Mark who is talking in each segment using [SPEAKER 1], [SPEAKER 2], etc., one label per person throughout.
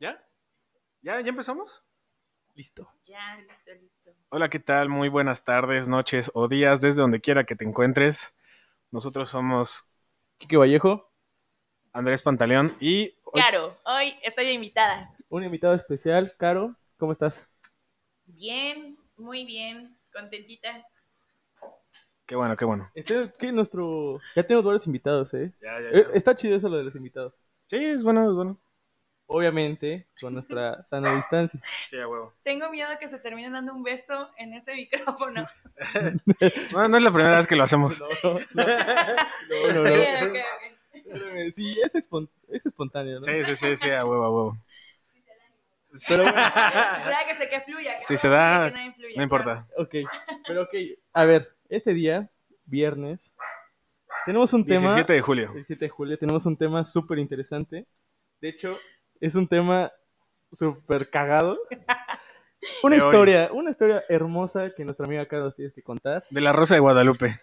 [SPEAKER 1] ¿Ya? ¿Ya? ¿Ya empezamos?
[SPEAKER 2] Listo.
[SPEAKER 3] Ya, listo, listo.
[SPEAKER 1] Hola, ¿qué tal? Muy buenas tardes, noches o días, desde donde quiera que te encuentres. Nosotros somos
[SPEAKER 2] Quique Vallejo,
[SPEAKER 1] Andrés Pantaleón y... hoy-
[SPEAKER 3] Claro, hoy estoy invitada.
[SPEAKER 2] un invitado especial. Caro, ¿cómo estás?
[SPEAKER 3] Bien, muy bien, contentita.
[SPEAKER 1] Qué bueno, qué bueno.
[SPEAKER 2] Este, ¿qué, nuestro... Ya tenemos varios invitados, ¿eh?
[SPEAKER 1] Ya, ya,
[SPEAKER 2] Eh, Está chido eso lo de los invitados.
[SPEAKER 1] Sí, es bueno, es bueno.
[SPEAKER 2] Obviamente, con nuestra sana distancia.
[SPEAKER 1] Sí, a huevo.
[SPEAKER 3] Tengo miedo que se termine dando un beso en ese micrófono.
[SPEAKER 1] No, no es la primera vez que lo hacemos.
[SPEAKER 2] No, no, no. no, no.
[SPEAKER 3] Ok, ok, ok.
[SPEAKER 2] Espérame, Sí, es, espon- es espontáneo, ¿no?
[SPEAKER 1] Sí, sí, sí, sí, a huevo, a huevo.
[SPEAKER 2] Pero bueno,
[SPEAKER 3] Ya que se que fluya. que
[SPEAKER 1] Si se
[SPEAKER 3] no,
[SPEAKER 1] da,
[SPEAKER 3] que nadie fluya,
[SPEAKER 1] No importa.
[SPEAKER 2] ok. Pero ok, a ver, este día, viernes, tenemos un tema...
[SPEAKER 1] 17 de julio.
[SPEAKER 2] El 7 de julio tenemos un tema súper interesante. De hecho, es un tema súper cagado. Una
[SPEAKER 1] De hoy.
[SPEAKER 2] historia, una historia hermosa que nuestra amiga Carlos tienes que contar.
[SPEAKER 1] De la Rosa de Guadalupe.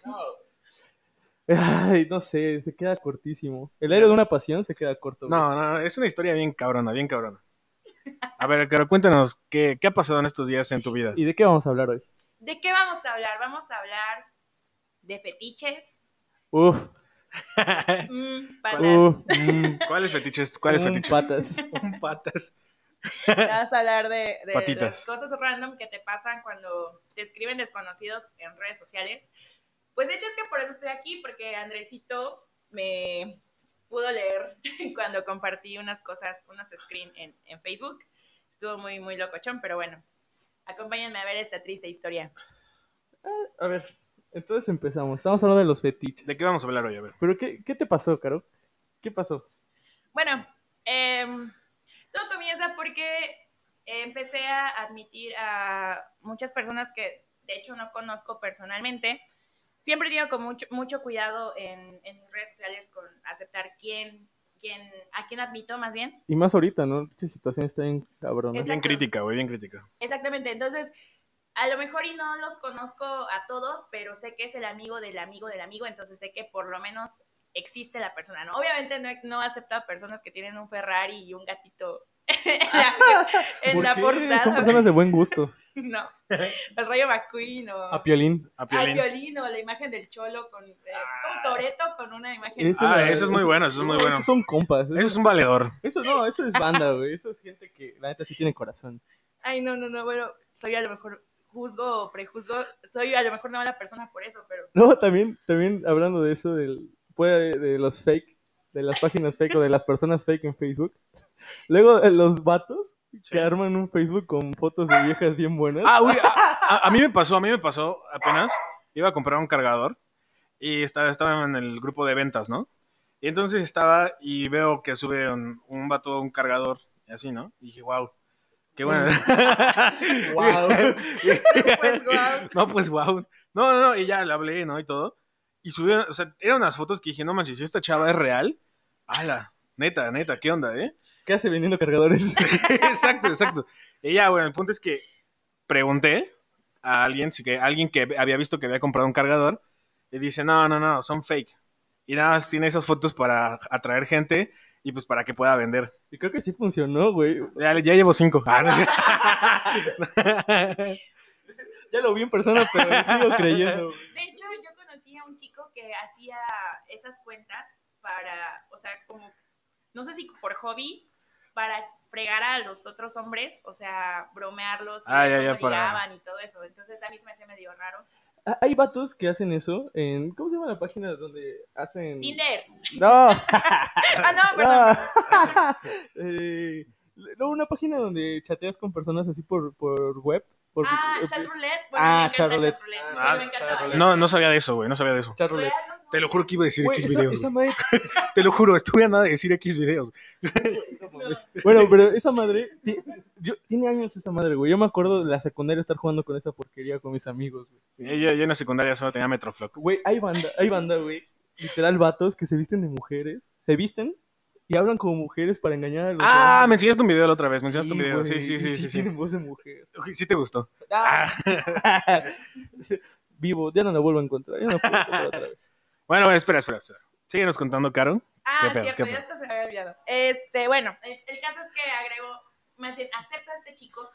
[SPEAKER 2] Ay, no sé, se queda cortísimo. El aire de una pasión se queda corto. güey.
[SPEAKER 1] No, no, es una historia bien cabrona, bien cabrona. A ver, Caro, cuéntanos, ¿qué, qué ha pasado en estos días en tu vida?
[SPEAKER 2] ¿Y de qué vamos a hablar hoy?
[SPEAKER 3] ¿De qué vamos a hablar? Vamos a hablar de fetiches.
[SPEAKER 2] Uf,
[SPEAKER 3] Mm, patas.
[SPEAKER 2] uf, mm,
[SPEAKER 1] ¿Cuáles fetiches? ¿Cuáles
[SPEAKER 2] mm,
[SPEAKER 1] fetiches?
[SPEAKER 2] Patas.
[SPEAKER 1] patas.
[SPEAKER 3] Vamos a hablar de, de
[SPEAKER 1] Patitas.
[SPEAKER 3] las cosas random que te pasan cuando te escriben desconocidos en redes sociales. Pues de hecho es que por eso estoy aquí, porque Andresito me pudo leer cuando compartí unas cosas, unos screen en, en Facebook. Estuvo muy, muy locochón, pero bueno. Acompáñenme a ver esta triste historia.
[SPEAKER 2] A ver, entonces empezamos. Estamos hablando de los fetiches.
[SPEAKER 1] ¿De qué vamos a hablar hoy? A ver.
[SPEAKER 2] ¿Pero qué, qué te pasó, Caro? ¿Qué pasó?
[SPEAKER 3] Bueno, em, todo comienza porque empecé a admitir a muchas personas que de hecho no conozco personalmente. Siempre tengo como mucho, mucho cuidado en, en mis redes sociales con aceptar quién, quién, a quién admito más bien.
[SPEAKER 2] Y más ahorita, ¿no? Qué situación está bien cabrona.
[SPEAKER 3] Exacto.
[SPEAKER 1] Bien crítica, güey, bien crítica.
[SPEAKER 3] Exactamente, entonces a lo mejor y no los conozco a todos, pero sé que es el amigo del amigo del amigo, entonces sé que por lo menos existe la persona, ¿no? Obviamente no, he- no acepto a personas que tienen un Ferrari y un gatito en la, en
[SPEAKER 2] ¿Por
[SPEAKER 3] la
[SPEAKER 2] qué?
[SPEAKER 3] portada.
[SPEAKER 2] Son personas de buen gusto.
[SPEAKER 3] No, el rayo McQueen o
[SPEAKER 2] A Piolín.
[SPEAKER 1] A
[SPEAKER 3] al
[SPEAKER 1] Piolín.
[SPEAKER 3] violín o la imagen del cholo con eh, como Toreto con una imagen.
[SPEAKER 2] Eso
[SPEAKER 1] Ah,
[SPEAKER 2] la-
[SPEAKER 1] eso es muy bueno, eso es muy bueno.
[SPEAKER 2] Esos son compas.
[SPEAKER 1] Eso es un valedor.
[SPEAKER 2] Eso no, eso es banda, güey. Eso es gente que la neta sí tiene corazón.
[SPEAKER 3] Ay, no, no, no, bueno, soy a lo mejor juzgo o prejuzgo, soy a lo mejor una mala persona por eso, pero
[SPEAKER 2] No, también, también hablando de eso, del, puede, de los fake, de las páginas fake o de las personas fake en Facebook. Luego eh, los vatos que arman un Facebook con fotos de viejas bien buenas.
[SPEAKER 1] Ah, güey, a, a- a mí me pasó, a mí me pasó apenas. Iba a comprar un cargador y estaba, estaba en el grupo de ventas, ¿no? Y entonces estaba y veo que sube un, un vato un cargador, y así, ¿no? Y dije, wow, qué bueno.
[SPEAKER 2] Wow.
[SPEAKER 3] pues guau.
[SPEAKER 1] no, pues wow. No, no, no, y ya le hablé, ¿no? Y todo. Y subió, o sea, eran unas fotos que dije, no manches, si esta chava es real, ala, neta, neta, ¿qué onda, eh?
[SPEAKER 2] ¿Qué hace vendiendo cargadores?
[SPEAKER 1] exacto, exacto. Y ya, bueno, el punto es que pregunté a alguien, sí que alguien que había visto que había comprado un cargador, y dice, no, no, no, son fake. Y nada más tiene esas fotos para atraer gente y pues para que pueda vender.
[SPEAKER 2] Y creo que sí funcionó, güey.
[SPEAKER 1] Ya, ya llevo cinco. Ah, no es cierto.
[SPEAKER 2] Ya lo vi en persona, pero le sigo creyendo. güey.
[SPEAKER 3] De hecho, yo conocí a un chico que hacía esas cuentas para, o sea, como, no sé si por hobby, para fregar a los otros hombres, o sea, bromearlos, y
[SPEAKER 1] Ah,
[SPEAKER 3] ver
[SPEAKER 1] ya, ya,
[SPEAKER 3] cómo
[SPEAKER 1] para-
[SPEAKER 3] ligaban y todo eso. Entonces a mí se me hacía medio raro.
[SPEAKER 2] Ah, Hay vatos que hacen eso en... ¿Cómo se llama la página donde hacen...?
[SPEAKER 3] Tinder.
[SPEAKER 2] No.
[SPEAKER 3] Ah, no, perdón.
[SPEAKER 2] Ah. Eh, no, una página donde chateas con personas así por, por web. Por,
[SPEAKER 3] Ah,
[SPEAKER 2] eh,
[SPEAKER 3] chat roulette. Bueno,
[SPEAKER 2] Ah,
[SPEAKER 3] me encanta
[SPEAKER 2] chat roulette.
[SPEAKER 3] chat roulette.
[SPEAKER 2] Ah,
[SPEAKER 3] Sí, me encantaba.
[SPEAKER 2] chat roulette.
[SPEAKER 1] no, no sabía de eso, güey, no sabía de eso.
[SPEAKER 2] chat roulette.
[SPEAKER 3] Real, no,
[SPEAKER 1] Te lo juro que iba a decir
[SPEAKER 2] Güey,
[SPEAKER 1] X
[SPEAKER 2] esa-
[SPEAKER 1] videos.
[SPEAKER 2] esa
[SPEAKER 1] güey.
[SPEAKER 2] madre-
[SPEAKER 1] Te lo juro, estuve a nada de decir X videos.
[SPEAKER 2] bueno, pero esa madre. ti- yo- tiene años esa madre, güey. Yo me acuerdo de la secundaria estar jugando con esa porquería con mis amigos, güey.
[SPEAKER 1] Yo, yo en la secundaria solo tenía Metroflock.
[SPEAKER 2] Güey, hay banda, hay banda, güey. Literal, vatos que se visten de mujeres. Se visten y hablan como mujeres para engañar a los.
[SPEAKER 1] Ah, me
[SPEAKER 2] hombres.
[SPEAKER 1] enseñaste un video la otra vez, me enseñaste un video.
[SPEAKER 2] güey,
[SPEAKER 1] Sí, sí,
[SPEAKER 2] y
[SPEAKER 1] sí, sí, sí.
[SPEAKER 2] Tienen voz de mujer.
[SPEAKER 1] Uy, Sí te gustó.
[SPEAKER 2] Vivo, ya Ah. no la vuelvo a encontrar. Ya no la puedo encontrar otra vez.
[SPEAKER 1] Bueno, bueno, espera, espera, espera. Síguenos contando, Caro.
[SPEAKER 3] Ah,
[SPEAKER 1] ¿Qué pedo?
[SPEAKER 3] cierto,
[SPEAKER 1] ¿Qué
[SPEAKER 3] ya
[SPEAKER 1] pedo?
[SPEAKER 3] hasta se me había olvidado. Este, bueno, el, el caso es que agrego, más bien, acepto a este chico,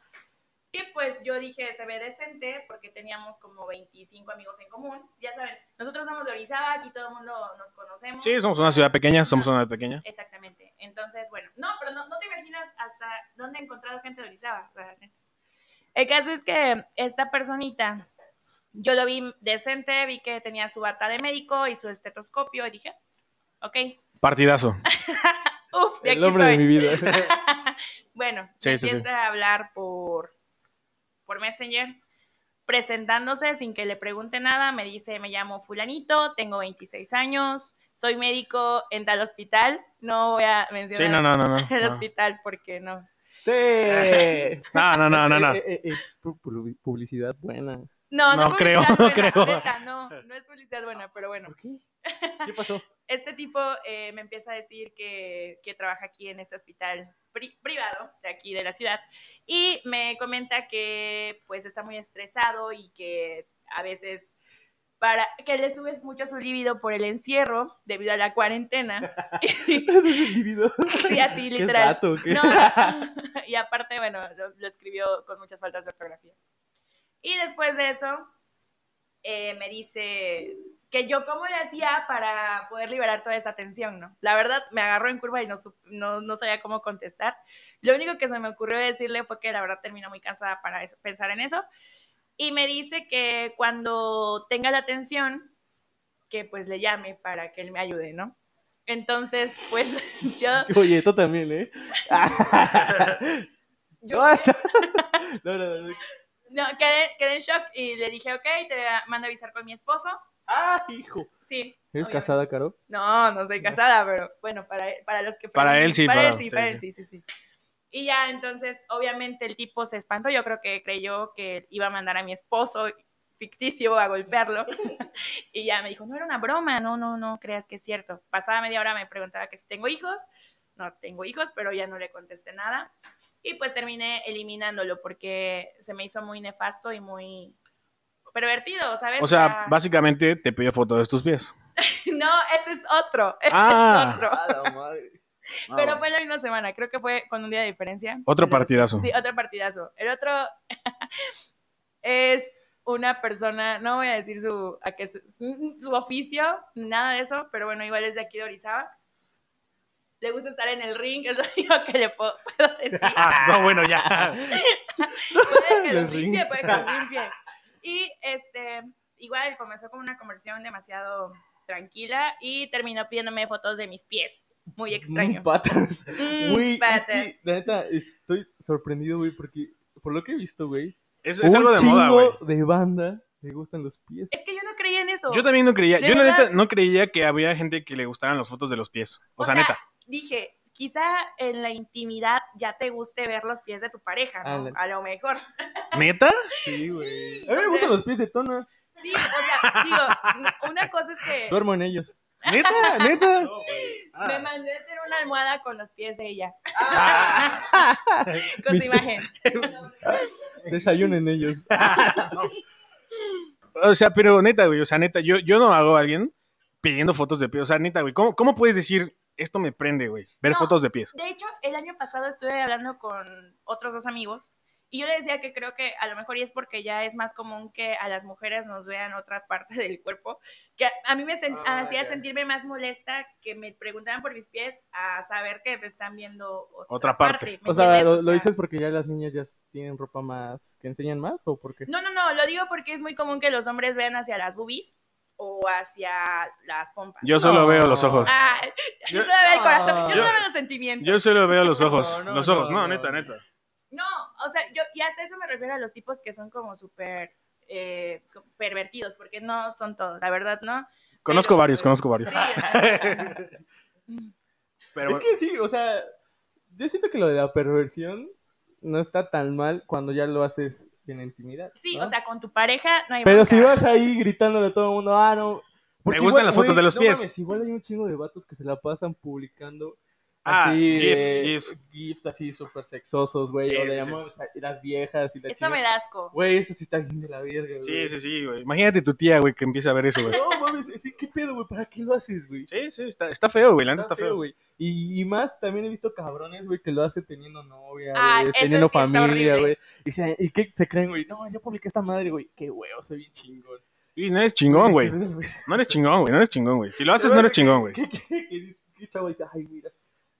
[SPEAKER 3] que pues yo dije, se ve decente, porque teníamos como 25 amigos en común. Ya saben, nosotros somos de Orizaba, aquí todo el mundo nos conocemos.
[SPEAKER 1] Sí, somos una ciudad pequeña, somos una ciudad pequeña.
[SPEAKER 3] Exactamente. Entonces, bueno, no, pero no, no te imaginas hasta dónde he encontrado gente de Orizaba. o sea, neta. el caso es que esta personita, yo lo vi decente, vi que tenía su bata de médico y su estetoscopio, y dije, "Ah, ok,
[SPEAKER 1] Partidazo.
[SPEAKER 3] uf, de
[SPEAKER 2] El
[SPEAKER 3] aquí
[SPEAKER 2] hombre
[SPEAKER 3] soy.
[SPEAKER 2] de mi vida.
[SPEAKER 3] Bueno,
[SPEAKER 1] Sí,
[SPEAKER 3] me
[SPEAKER 1] sí, sí.
[SPEAKER 3] empieza a hablar por, por Messenger, presentándose sin que le pregunte nada. Me dice, me llamo fulanito, tengo 26 años, soy médico en tal hospital. No voy a mencionar
[SPEAKER 1] Sí, no, no, no, no.
[SPEAKER 3] el
[SPEAKER 1] No,
[SPEAKER 3] hospital porque no.
[SPEAKER 2] Sí.
[SPEAKER 1] no, no, no. no.
[SPEAKER 2] Es, es- es pu- pu- publicidad buena.
[SPEAKER 3] No, no,
[SPEAKER 1] No
[SPEAKER 3] es
[SPEAKER 1] creo,
[SPEAKER 3] publicidad
[SPEAKER 1] no
[SPEAKER 3] buena,
[SPEAKER 1] creo.
[SPEAKER 3] neta, no, no es publicidad buena, pero bueno.
[SPEAKER 2] ¿Por qué? ¿Qué pasó?
[SPEAKER 3] Este tipo eh, me empieza a decir que, que trabaja aquí en este hospital pri- privado de aquí de la ciudad y me comenta que pues está muy estresado y que a veces para que le subes mucho su libido por el encierro debido a la cuarentena.
[SPEAKER 2] Individuo.
[SPEAKER 3] Sí, así
[SPEAKER 2] ¿Qué es
[SPEAKER 3] literal.
[SPEAKER 2] vato o qué?
[SPEAKER 3] No, y aparte, bueno, lo, lo escribió con muchas faltas de ortografía. Y después de eso, eh, me dice que yo cómo le hacía para poder liberar toda esa tensión, ¿no? La verdad, me agarró en curva y no, sup- no, no sabía cómo contestar. Lo único que se me ocurrió decirle fue que la verdad terminó muy cansada para eso- pensar en eso. Y me dice que cuando tenga la atención, que pues le llame para que él me ayude, ¿no? Entonces, pues yo...
[SPEAKER 2] Oye, tú también, ¿eh?
[SPEAKER 3] yo
[SPEAKER 2] No, está- no, no, no.
[SPEAKER 3] No, quedé, quedé en shock y le dije, ok, te mando a avisar con mi esposo.
[SPEAKER 2] ¡Ah, hijo!
[SPEAKER 3] Sí.
[SPEAKER 2] ¿Eres
[SPEAKER 3] obviamente.
[SPEAKER 2] casada, Caro?
[SPEAKER 3] No, no soy casada, pero bueno, para, para los que...
[SPEAKER 1] Para él sí,
[SPEAKER 3] Para,
[SPEAKER 1] para-
[SPEAKER 3] él sí,
[SPEAKER 1] sí,
[SPEAKER 3] para
[SPEAKER 1] sí.
[SPEAKER 3] él sí, sí, sí. Y ya, entonces, obviamente el tipo se espantó. Yo creo que creyó que iba a mandar a mi esposo ficticio a golpearlo. y ya me dijo, no era una broma, no, no, no creas que es cierto. Pasada media hora me preguntaba que si tengo hijos. No tengo hijos, pero ya no le contesté nada. Y pues terminé eliminándolo porque se me hizo muy nefasto y muy pervertido, ¿sabes?
[SPEAKER 1] O sea, básicamente te pidió foto de tus pies.
[SPEAKER 3] no, ese es otro, ese
[SPEAKER 1] Ah.
[SPEAKER 3] es otro.
[SPEAKER 2] la madre! Ah,
[SPEAKER 3] Pero pues, fue la misma semana, creo que fue con un día de diferencia.
[SPEAKER 1] Otro
[SPEAKER 3] Pero-
[SPEAKER 1] partidazo.
[SPEAKER 3] Sí, otro partidazo. El otro es una persona, no voy a decir su, a qué se- su, su oficio, nada de eso, pero bueno, igual es de aquí de Orizaba. Le gusta estar en el ring, es lo único que le puedo, puedo decir.
[SPEAKER 1] Ah, no, bueno, ya.
[SPEAKER 3] Puede que
[SPEAKER 2] En
[SPEAKER 3] lo
[SPEAKER 2] el
[SPEAKER 3] limpie,
[SPEAKER 2] ring.
[SPEAKER 3] puede que lo limpie. Y este, igual comenzó como una conversación demasiado tranquila y terminó pidiéndome fotos de mis pies. Muy extraño.
[SPEAKER 2] Mm, Patas.
[SPEAKER 3] Mm,
[SPEAKER 2] Güey, es
[SPEAKER 3] patas.
[SPEAKER 2] que, la neta, estoy sorprendido, güey, porque por lo que he visto, güey,
[SPEAKER 1] Es, es
[SPEAKER 2] un
[SPEAKER 1] algo de
[SPEAKER 2] chingo
[SPEAKER 1] moda, güey.
[SPEAKER 2] de banda le gustan los pies.
[SPEAKER 3] Es que yo no creía en eso.
[SPEAKER 1] Yo también no creía,
[SPEAKER 3] ¿De
[SPEAKER 1] yo la
[SPEAKER 3] verdad?
[SPEAKER 1] neta no creía que había gente que le gustaran las fotos de los pies. O,
[SPEAKER 3] O
[SPEAKER 1] sea,
[SPEAKER 3] sea,
[SPEAKER 1] neta.
[SPEAKER 3] Dije, quizá en la intimidad ya te guste ver los pies de tu pareja, ¿no?
[SPEAKER 2] Ah, la-
[SPEAKER 3] A lo mejor.
[SPEAKER 1] ¿Neta?
[SPEAKER 2] Sí, güey.
[SPEAKER 3] Sí,
[SPEAKER 2] a mí
[SPEAKER 3] o
[SPEAKER 2] me
[SPEAKER 3] sea-
[SPEAKER 2] gustan los pies de Tona.
[SPEAKER 3] Sí, o sea, digo, una cosa es que
[SPEAKER 2] Duermo en ellos.
[SPEAKER 1] ¿Neta? ¿Neta?
[SPEAKER 3] me
[SPEAKER 1] Ah.
[SPEAKER 3] mandé a hacer una almohada con los pies de ella,
[SPEAKER 1] Ah.
[SPEAKER 3] con
[SPEAKER 2] Mis-
[SPEAKER 3] su imagen.
[SPEAKER 2] Desayuno en ellos.
[SPEAKER 1] O sea, pero neta, güey, o sea, neta, yo, yo no hago a alguien pidiendo fotos de pies. O sea, neta, güey, ¿cómo, cómo puedes decir esto me prende, güey? Ver
[SPEAKER 3] No.
[SPEAKER 1] fotos de pies.
[SPEAKER 3] De hecho, el año pasado estuve hablando con otros dos amigos y yo les decía que creo que a lo mejor y es porque ya es más común que a las mujeres nos vean otra parte del cuerpo, que a- a mí me sen-
[SPEAKER 2] Ah,
[SPEAKER 3] hacía
[SPEAKER 2] ya.
[SPEAKER 3] sentirme más molesta que me preguntaran por mis pies a saber que me están viendo otra,
[SPEAKER 1] Otra parte.
[SPEAKER 3] parte. ¿me
[SPEAKER 2] O sea,
[SPEAKER 3] entiendes?
[SPEAKER 2] ¿lo,
[SPEAKER 3] O
[SPEAKER 2] lo
[SPEAKER 3] sea,
[SPEAKER 2] dices porque ya las niñas ya tienen ropa más, que enseñan más o por qué?
[SPEAKER 3] No, no, no, lo digo porque es muy común que los hombres vean hacia las boobies o hacia las pompas.
[SPEAKER 1] Yo solo
[SPEAKER 2] No.
[SPEAKER 1] veo los ojos.
[SPEAKER 3] Ah, yo
[SPEAKER 1] Yo-
[SPEAKER 3] solo veo el corazón, yo,
[SPEAKER 1] Yo-
[SPEAKER 3] solo veo los sentimientos.
[SPEAKER 1] Yo solo veo los ojos.
[SPEAKER 2] No, no,
[SPEAKER 1] los ojos,
[SPEAKER 2] no,
[SPEAKER 1] no,
[SPEAKER 2] no,
[SPEAKER 1] neta,
[SPEAKER 2] no.
[SPEAKER 1] neta.
[SPEAKER 3] No, o sea, yo, y hasta eso me refiero a los tipos que son como súper eh, co- pervertidos, porque no son todos, la verdad, ¿no?
[SPEAKER 1] Conozco
[SPEAKER 3] Pero,
[SPEAKER 1] varios,
[SPEAKER 3] pues,
[SPEAKER 1] conozco varios.
[SPEAKER 3] Sí, o sea,
[SPEAKER 1] Pero
[SPEAKER 2] es que sí, o sea, yo siento que lo de la perversión no está tan mal cuando ya lo haces en la intimidad.
[SPEAKER 3] sí,
[SPEAKER 2] ¿no?
[SPEAKER 3] o sea, con tu pareja no hay
[SPEAKER 2] Pero
[SPEAKER 3] bronca.
[SPEAKER 2] si vas ahí gritándole a todo el mundo, ah, no.
[SPEAKER 1] Me gustan las fotos
[SPEAKER 2] güey,
[SPEAKER 1] de los
[SPEAKER 2] no
[SPEAKER 1] pies.
[SPEAKER 2] mames, igual hay un chingo de vatos que se la pasan publicando
[SPEAKER 1] Ah,
[SPEAKER 2] así
[SPEAKER 1] GIF,
[SPEAKER 2] de-
[SPEAKER 1] GIF.
[SPEAKER 2] GIFs así súper sexosos, güey.
[SPEAKER 1] Sí,
[SPEAKER 2] o de
[SPEAKER 1] sí, sí.
[SPEAKER 2] amor, y las viejas y la
[SPEAKER 3] Eso me
[SPEAKER 2] chingada.
[SPEAKER 3] da asco.
[SPEAKER 2] Güey, eso sí está bien de la verga,
[SPEAKER 1] Sí,
[SPEAKER 2] güey.
[SPEAKER 1] sí, sí, güey. Imagínate tu tía, güey, que empieza a ver eso, güey.
[SPEAKER 2] No, mames, sí, ¿qué pedo, güey? ¿Para qué lo haces, güey?
[SPEAKER 1] Sí, sí, está, está feo, güey. La neta está feo.
[SPEAKER 2] güey. Y, y más, también he visto cabrones, güey, que lo hacen teniendo novia,
[SPEAKER 3] Ah,
[SPEAKER 2] güey,
[SPEAKER 3] eso
[SPEAKER 2] teniendo
[SPEAKER 3] sí está
[SPEAKER 2] familia,
[SPEAKER 3] horrible.
[SPEAKER 2] güey. Y, se- ¿Y qué se creen, güey? No, yo publiqué esta madre, güey. Qué huevo, soy bien chingón.
[SPEAKER 1] Y no eres chingón, güey.
[SPEAKER 2] Sí, güey.
[SPEAKER 1] No eres chingón, güey. No eres chingón, güey. Si lo haces, no eres chingón, güey.
[SPEAKER 2] ¿Qué, qué, qué, dice? qué chavo dice? Ay, mira.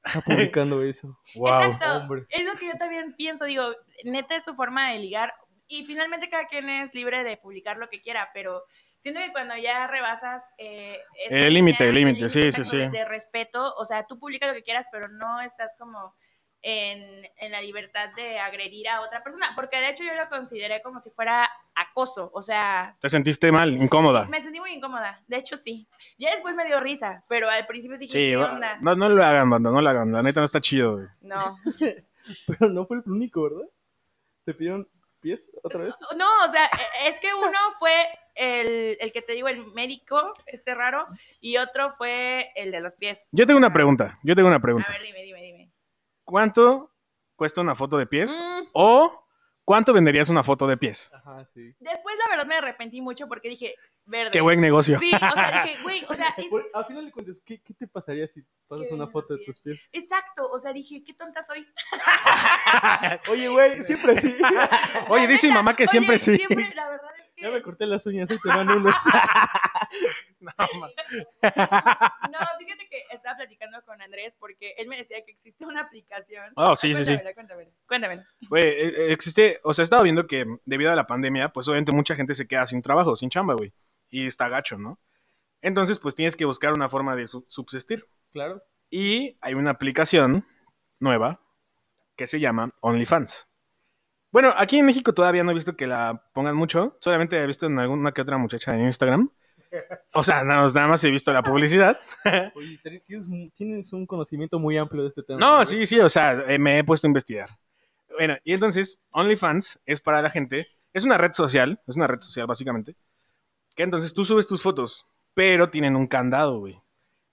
[SPEAKER 2] Está publicando eso.
[SPEAKER 1] Wow.
[SPEAKER 3] Exacto.
[SPEAKER 2] hombre.
[SPEAKER 3] Es lo que yo también pienso, digo, neta es su forma de ligar y finalmente cada quien es libre de publicar lo que quiera, pero siento que cuando ya rebasas... eh, ese
[SPEAKER 1] El límite, el límite, sí,
[SPEAKER 3] exacto,
[SPEAKER 1] sí, sí.
[SPEAKER 3] De, de respeto, o sea, tú publicas lo que quieras, pero no estás como en, en la libertad de agredir a otra persona, porque de hecho yo lo consideré como si fuera acoso, o sea,
[SPEAKER 1] Te sentiste mal, incómoda.
[SPEAKER 3] me sentí muy incómoda, de hecho sí. Ya después me dio risa, pero al principio sí dije,
[SPEAKER 1] Sí,
[SPEAKER 3] ¿qué
[SPEAKER 1] va-
[SPEAKER 3] onda?
[SPEAKER 1] no, no lo hagan, banda, no lo hagan. La neta no está chido, güey.
[SPEAKER 3] No.
[SPEAKER 2] Pero no fue el único, ¿verdad? ¿Te pidieron pies otra vez?
[SPEAKER 3] No, o sea, e- es que uno fue el, el que te digo, el médico, este raro, y otro fue el de los pies.
[SPEAKER 1] Yo tengo una pregunta. Yo tengo una
[SPEAKER 3] A
[SPEAKER 1] pregunta.
[SPEAKER 3] ver, dime, dime, dime.
[SPEAKER 1] ¿Cuánto cuesta una foto de pies?
[SPEAKER 3] Mm,
[SPEAKER 1] ¿O cuánto venderías una foto de pies?
[SPEAKER 2] Ajá, sí.
[SPEAKER 3] después, la verdad, me arrepentí mucho porque dije, verde.
[SPEAKER 1] Qué buen negocio.
[SPEAKER 3] Sí, o sea, dije, güey, o sea, es-
[SPEAKER 2] Por- Pues, al final le cuentas, ¿qué, ¿qué te pasaría si pasas
[SPEAKER 3] Que
[SPEAKER 2] una
[SPEAKER 3] ven
[SPEAKER 2] foto de
[SPEAKER 3] los
[SPEAKER 2] tus pies?
[SPEAKER 3] exacto, o sea, dije, qué tonta soy.
[SPEAKER 2] Oye, güey, siempre sí.
[SPEAKER 1] Oye,
[SPEAKER 3] La
[SPEAKER 1] dice mi
[SPEAKER 3] neta,
[SPEAKER 1] mamá que
[SPEAKER 3] oye,
[SPEAKER 1] siempre sí.
[SPEAKER 3] Siempre, la verdad es que.
[SPEAKER 2] Ya me corté las uñas y te van unos.
[SPEAKER 3] No, fíjate que estaba platicando con Andrés porque él me decía que existe una aplicación.
[SPEAKER 1] Oh, sí, sí, sí.
[SPEAKER 3] Cuéntamela, cuéntamela, cuéntamela.
[SPEAKER 1] Güey, eh, eh, existe, o sea, he estado viendo que debido a la pandemia, pues obviamente mucha gente se queda sin trabajo, sin chamba, güey. Y está gacho, ¿no? Entonces, pues tienes que buscar una forma de su- subsistir.
[SPEAKER 2] Claro.
[SPEAKER 1] Y hay una aplicación nueva que se llama OnlyFans. Bueno, aquí en México todavía no he visto que la pongan mucho. Solamente he visto en alguna que otra muchacha en Instagram. O sea, nada más- nada más he visto la publicidad.
[SPEAKER 2] Oye, ten- tienes, un- tienes un conocimiento muy amplio de este tema.
[SPEAKER 1] No,
[SPEAKER 2] güey.
[SPEAKER 1] sí, sí, o sea, eh, me he puesto a investigar. Bueno, y entonces, OnlyFans es para la gente, es una red social, es una red social básicamente, que entonces tú subes tus fotos, pero tienen un candado, güey.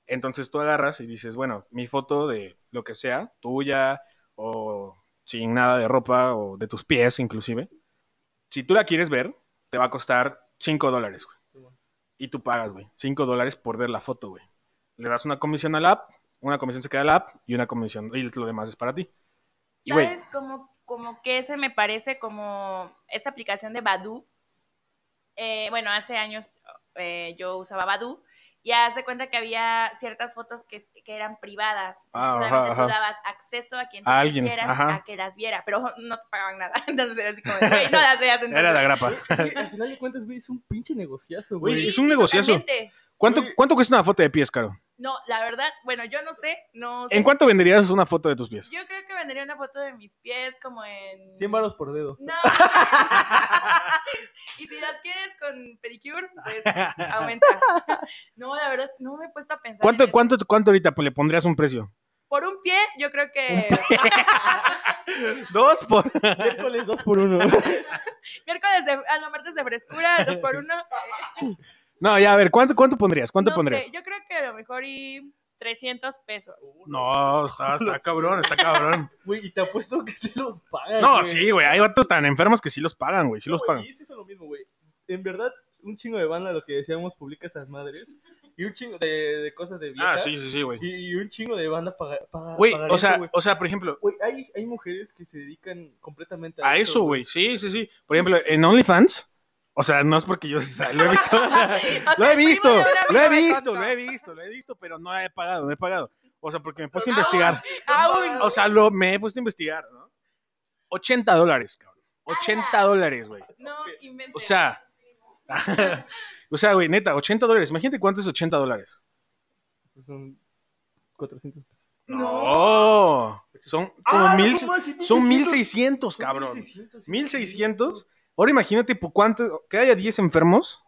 [SPEAKER 1] Entonces tú agarras y dices, bueno, mi foto de lo que sea, tuya o sin nada de ropa o de tus pies inclusive, si tú la quieres ver, te va a costar 5 dólares, güey. Y tú pagas, güey, 5 dólares por ver la foto, güey. Le das una comisión a la app, una comisión se queda en la app y una comisión, y lo demás es para ti. Y, güey.
[SPEAKER 3] ¿Sabes como, como que ese me parece como esa aplicación de Badu? bueno, hace años eh, yo usaba Badu y haz de cuenta que había ciertas fotos que, que eran privadas.
[SPEAKER 1] Ah,
[SPEAKER 3] solamente
[SPEAKER 1] ajá, ajá.
[SPEAKER 3] tú dabas acceso a quien tú
[SPEAKER 1] A alguien,
[SPEAKER 3] quisieras
[SPEAKER 1] ajá.
[SPEAKER 3] a que las viera, pero no te pagaban nada. Entonces era así como, de, "Güey, no las veas entonces".
[SPEAKER 1] Era la grapa.
[SPEAKER 2] Sí, al final de cuentas, güey, es un pinche negociazo, güey.
[SPEAKER 1] Güey,
[SPEAKER 3] Sí,
[SPEAKER 1] es un negociazo.
[SPEAKER 3] totalmente.
[SPEAKER 1] ¿Cuánto,
[SPEAKER 2] Güey.
[SPEAKER 1] ¿Cuánto cuesta una foto de pies, Caro?
[SPEAKER 3] No, la verdad, bueno, yo no sé, no sé.
[SPEAKER 1] ¿En cuánto venderías una foto de tus pies?
[SPEAKER 3] Yo creo que vendería una foto de mis pies como en...
[SPEAKER 2] 100 varos por dedo.
[SPEAKER 3] No. y si las quieres con pedicure, pues aumenta. No, la verdad, no me he puesto a pensar. en
[SPEAKER 1] ¿Cuánto,
[SPEAKER 3] eso.
[SPEAKER 1] cuánto, ¿Cuánto ahorita pues, le pondrías un precio?
[SPEAKER 3] Por un pie, yo creo que
[SPEAKER 1] Dos por...
[SPEAKER 2] Miércoles 2 por 1
[SPEAKER 3] miércoles de, ah, no, martes de frescura, dos por uno.
[SPEAKER 1] No, ya, a ver, ¿cuánto, cuánto pondrías? ¿Cuánto
[SPEAKER 3] No sé,
[SPEAKER 1] pondrías?
[SPEAKER 3] yo creo que a lo mejor y 300 pesos.
[SPEAKER 1] No, está, está cabrón, está cabrón.
[SPEAKER 2] Güey, y te apuesto que se los pagan.
[SPEAKER 1] No,
[SPEAKER 2] güey.
[SPEAKER 1] sí, güey, hay vatos tan enfermos que sí los pagan, güey, sí los
[SPEAKER 2] No,
[SPEAKER 1] pagan.
[SPEAKER 2] güey, Y es eso lo mismo, güey. En verdad, un chingo de banda, lo que decíamos, publica esas madres. Y un chingo de, de cosas de viejas.
[SPEAKER 1] Ah, sí, sí, sí, güey.
[SPEAKER 2] Y, y un chingo de banda paga, paga-
[SPEAKER 1] Güey,
[SPEAKER 2] pagar
[SPEAKER 1] o
[SPEAKER 2] eso,
[SPEAKER 1] sea,
[SPEAKER 2] güey.
[SPEAKER 1] o sea, por ejemplo,
[SPEAKER 2] Güey, hay, hay mujeres que se dedican completamente a,
[SPEAKER 1] a eso, güey, sí, sí, sí. Por ejemplo, en OnlyFans, o sea, no es porque yo o sea, lo he visto.
[SPEAKER 3] O
[SPEAKER 1] lo
[SPEAKER 3] sea,
[SPEAKER 1] he visto,
[SPEAKER 3] primo de
[SPEAKER 1] lo
[SPEAKER 3] un
[SPEAKER 1] he visto,
[SPEAKER 3] amigo me contó.
[SPEAKER 1] lo he visto, lo he visto, pero no he pagado, no he pagado. O sea, porque me puse a investigar.
[SPEAKER 3] Aún.
[SPEAKER 1] O sea, lo, me he puesto a investigar, ¿no? 80 dólares, cabrón. 80 dólares, güey.
[SPEAKER 3] No, inventes.
[SPEAKER 1] O sea, o sea, güey, neta, 80 dólares. Imagínate cuánto es 80 dólares.
[SPEAKER 2] Pues son 400 pesos.
[SPEAKER 1] No. Son como
[SPEAKER 2] Ah,
[SPEAKER 1] mil,
[SPEAKER 2] son más, sí,
[SPEAKER 1] son 1600,
[SPEAKER 2] 1600,
[SPEAKER 1] cabrón.
[SPEAKER 2] 1600,
[SPEAKER 1] 1600. Ahora imagínate por cuánto, que haya 10 enfermos.